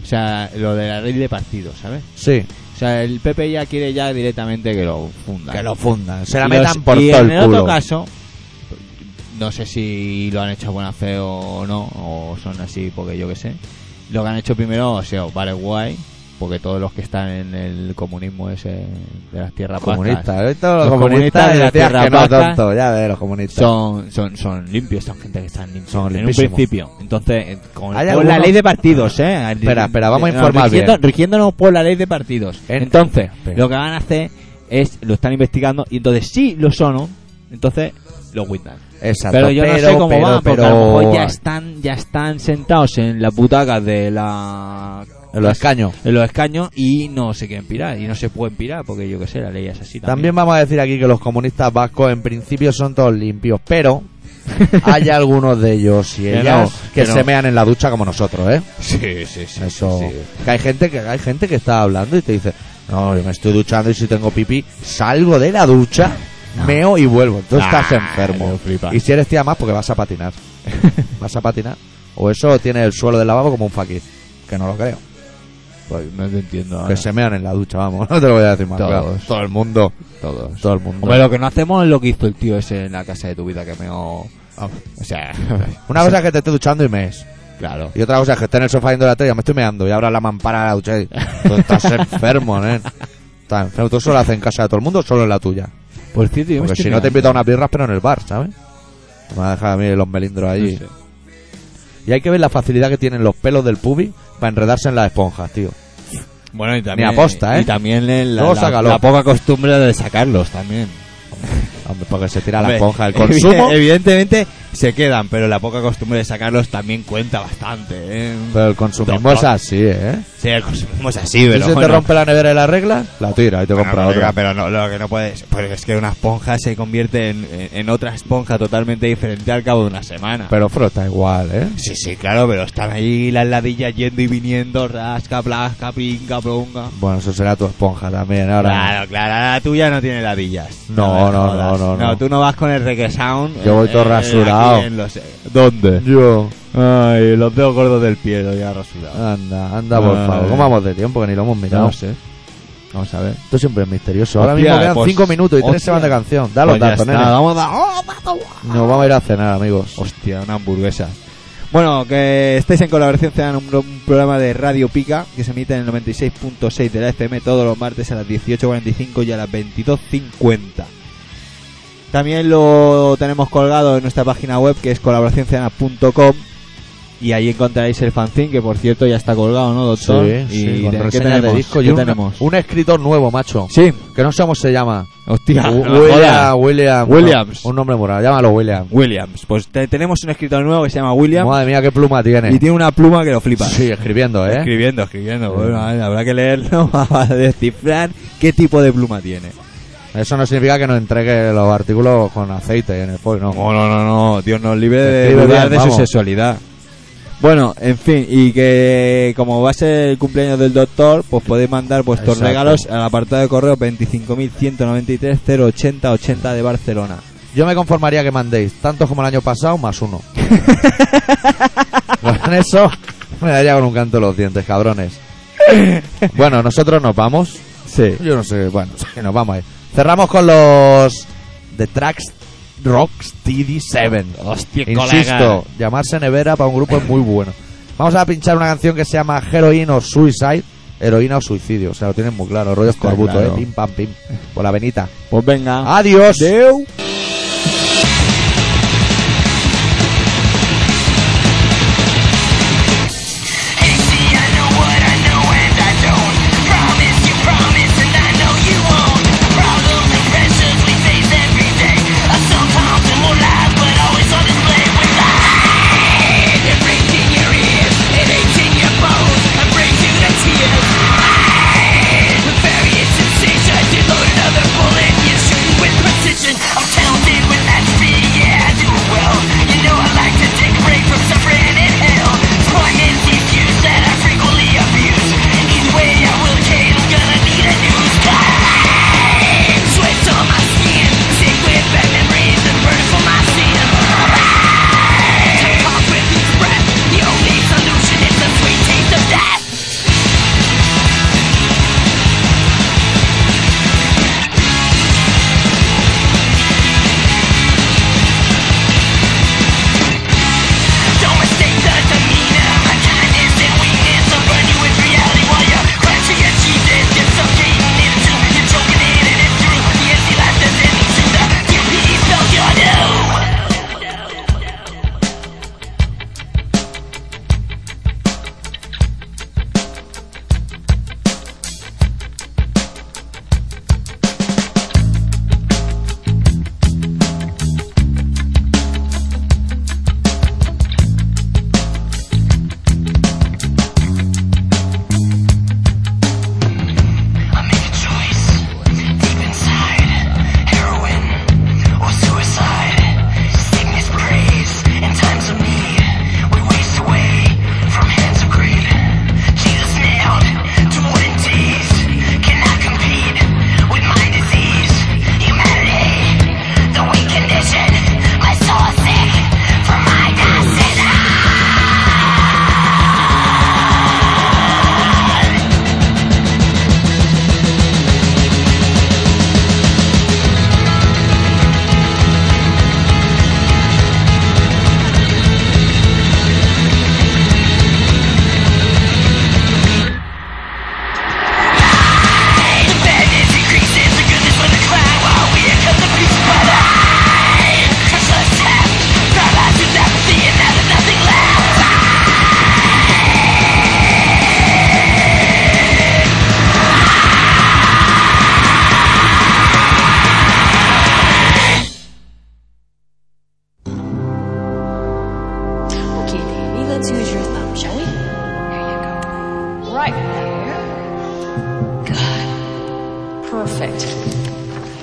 O sea, lo de la ley de partido, ¿sabes?
Sí,
O sea, el PP ya quiere ya directamente que lo funda.
que lo fundan. Se la
Y
metan
los-
por
y
todo
en
el culo.
otro caso, no sé si lo han hecho a buena fe o no, o son así porque yo qué sé. Lo que han hecho primero, o sea, vale guay, porque todos los que están en el comunismo ese de las tierras bajas
Comunista, ¿eh? Todos los,
Los
comunistas,
comunistas de la
decías
tierra
que no,
vasca.
tonto. Ya ves, los comunistas.
son, son, son limpios, son gente que están limpios
Son
en un
limpísimos.
principio. Entonces, eh, con,
Hay
con la
algunos-
ley de partidos, ¿eh?
Espera, espera, vamos a
Eh,
informar
rigiendo-
bien.
Rigiéndonos por la ley de partidos.
En-
Entonces,
Espera.
lo que van a hacer es, lo están investigando, y entonces si lo son, ¿no? entonces lo quitan.
Exacto.
Pero yo no sé cómo
pero,
van, porque
pero-
a lo mejor ya están, ya están sentados en las butacas de la...
En los escaños.
en los escaños y no se quieren pirar, y no se pueden pirar, porque yo qué sé, la ley es así
También vamos a decir aquí que los comunistas vascos en principio son todos limpios, pero hay algunos de ellos y
Que
ellas
no,
que,
que no.
se mean en la ducha como nosotros, ¿eh?
Sí, sí, sí.
Eso.
sí.
Que hay gente que hay gente que está hablando y te dice, "No, yo me estoy duchando y si tengo pipí, salgo de la ducha, meo y vuelvo." Tú estás
Ah,
enfermo.
lo flipas.
Y si eres tía más porque vas a patinar. vas a patinar o eso tiene el suelo del lavabo como un fakir, que no lo creo.
Pues no te entiendo.
Que
ahora.
se mean en la ducha, vamos, no te lo voy a decir más.
Todos.
claro. Todo el mundo,
Todos.
todo el mundo.
Hombre, lo que no hacemos es lo que hizo el tío ese en la casa de tu vida que me O sea,
Una cosa es que te esté duchando y mees.
claro.
Y otra cosa es que esté en el sofá viendo la tele, ya me estoy meando y ahora la mampara de la ducha. y- Tú estás enfermo, ¿eh? Estás enfermo. Tú solo lo haces en casa de todo el mundo, o solo en la tuya.
Por cierto, yo Pues, me
Porque
estoy
si no te invito
mirando.
a unas birras, pero en el bar, ¿sabes? Me van a dejar a mí los melindros allí.
No sé.
Y hay que ver la facilidad que tienen los pelos del pubi para enredarse en las esponjas, tío.
Bueno, y también.
Ni aposta, ¿eh?
Y también el- la,
Luego
la-
sácalo.
la poca costumbre de sacarlos también.
Hombre, porque se tira la
Hombre,
esponja. El
evi-
consumo.
Evidentemente se quedan, pero la poca costumbre de sacarlos también cuenta bastante, ¿eh?
Pero el consumismo es así, ¿eh?
Sí, el consumo es así,
Si
pero.
se te
bueno.
rompe la nevera y la regla, la tira y te
Bueno,
compra
colega,
otra.
Pero no, lo que no puedes. Pero es que una esponja se convierte en, en- en otra esponja totalmente diferente al cabo de una semana.
Pero frota igual, ¿eh?
Sí, sí, claro, pero están ahí las ladillas yendo y viniendo, rasca, plasca, pinga, plonga.
Bueno, eso será tu esponja también. Ahora
Claro, claro, la tuya no tiene ladillas.
No,
me
no, no,
jodas.
no, no.
No, tú no vas con el reggae sound. eh,
Yo voy todo
aquí
rasurado.
en los- ¿Dónde?
Yo.
Ay, los dedos gordos del pie, lo ya rasurado.
Anda, anda, por
Ay.
favor. ¿Cómo vamos de tiempo? Que ni lo hemos mirado.
Ah, eh. sé. Vamos a ver.
Esto siempre es misterioso. Ahora
Hostia,
mismo quedan
pues,
5 minutos y 3
hostia.
se van de canción. Da los
Pues ya
datos,
está,
nene.
Vamos a dar. ¡Oh, mato!
Nos vamos a ir a cenar, amigos.
Hostia, una hamburguesa. Bueno, que estáis en colaboración Ciudadana, un, un programa de Radio Pica que se emite en el 96.6 de la FM todos los martes a las 18.45 y a las 22.50. También lo tenemos colgado en nuestra página web que es colaboracionciudadana.com y ahí encontraréis el fanzine que por cierto ya está colgado, ¿no, doctor? y
con
te- ¿qué
reseñas
tenemos?
de disco y
¿Qué
un,
tenemos?
un escritor nuevo, macho.
Sí,
Que no sé cómo se llama.
hostia,
Wi-
no me jodas.
William, William.
Williams.
Un nombre moral. Llámalo William.
Williams. Pues te- tenemos un escritor nuevo que se llama William
Madre mía, qué pluma
y
tiene.
tiene una pluma que lo flipa.
Sí, escribiendo, ¿eh?
Escribiendo, escribiendo.
Sí.
Bueno, a ver, habrá que leerlo para descifrar qué tipo de pluma tiene.
Eso no significa que nos entregue los artículos con aceite en el foil, no.
No, no, no, no. Dios nos libre de
Escribe
dudar
bien,
de su
vamos.
sexualidad. Bueno, en fin, y que como va a ser el cumpleaños del doctor, pues podéis mandar vuestros
Exacto.
regalos al apartado de correo 25.193.080.80 de Barcelona.
Yo me conformaría que mandéis tantos como el año pasado más uno. con eso me daría con un canto en los dientes, cabrones. Bueno, nosotros nos vamos.
Sí.
Yo no sé, bueno, sí, nos vamos a ir. Cerramos con los The Tracks Rocks TD7.
Hostia,
Insisto, llamarse nevera para un grupo es muy bueno. Vamos a pinchar una canción que se llama Heroin o Suicide. Heroína o suicidio, o sea, lo tienen muy claro. Rollo
Está
escorbuto,
claro.
eh. Pim, pam, pim. Por la venita.
Pues venga.
Adiós.
Adeu.
Problems and pressures we face every day are sometimes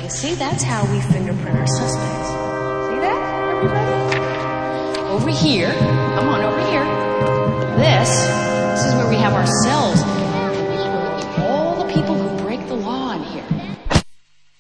See, that's how we fingerprint our suspects. See that, everybody? Over here. Come on, over here. This, this is where we have our cells.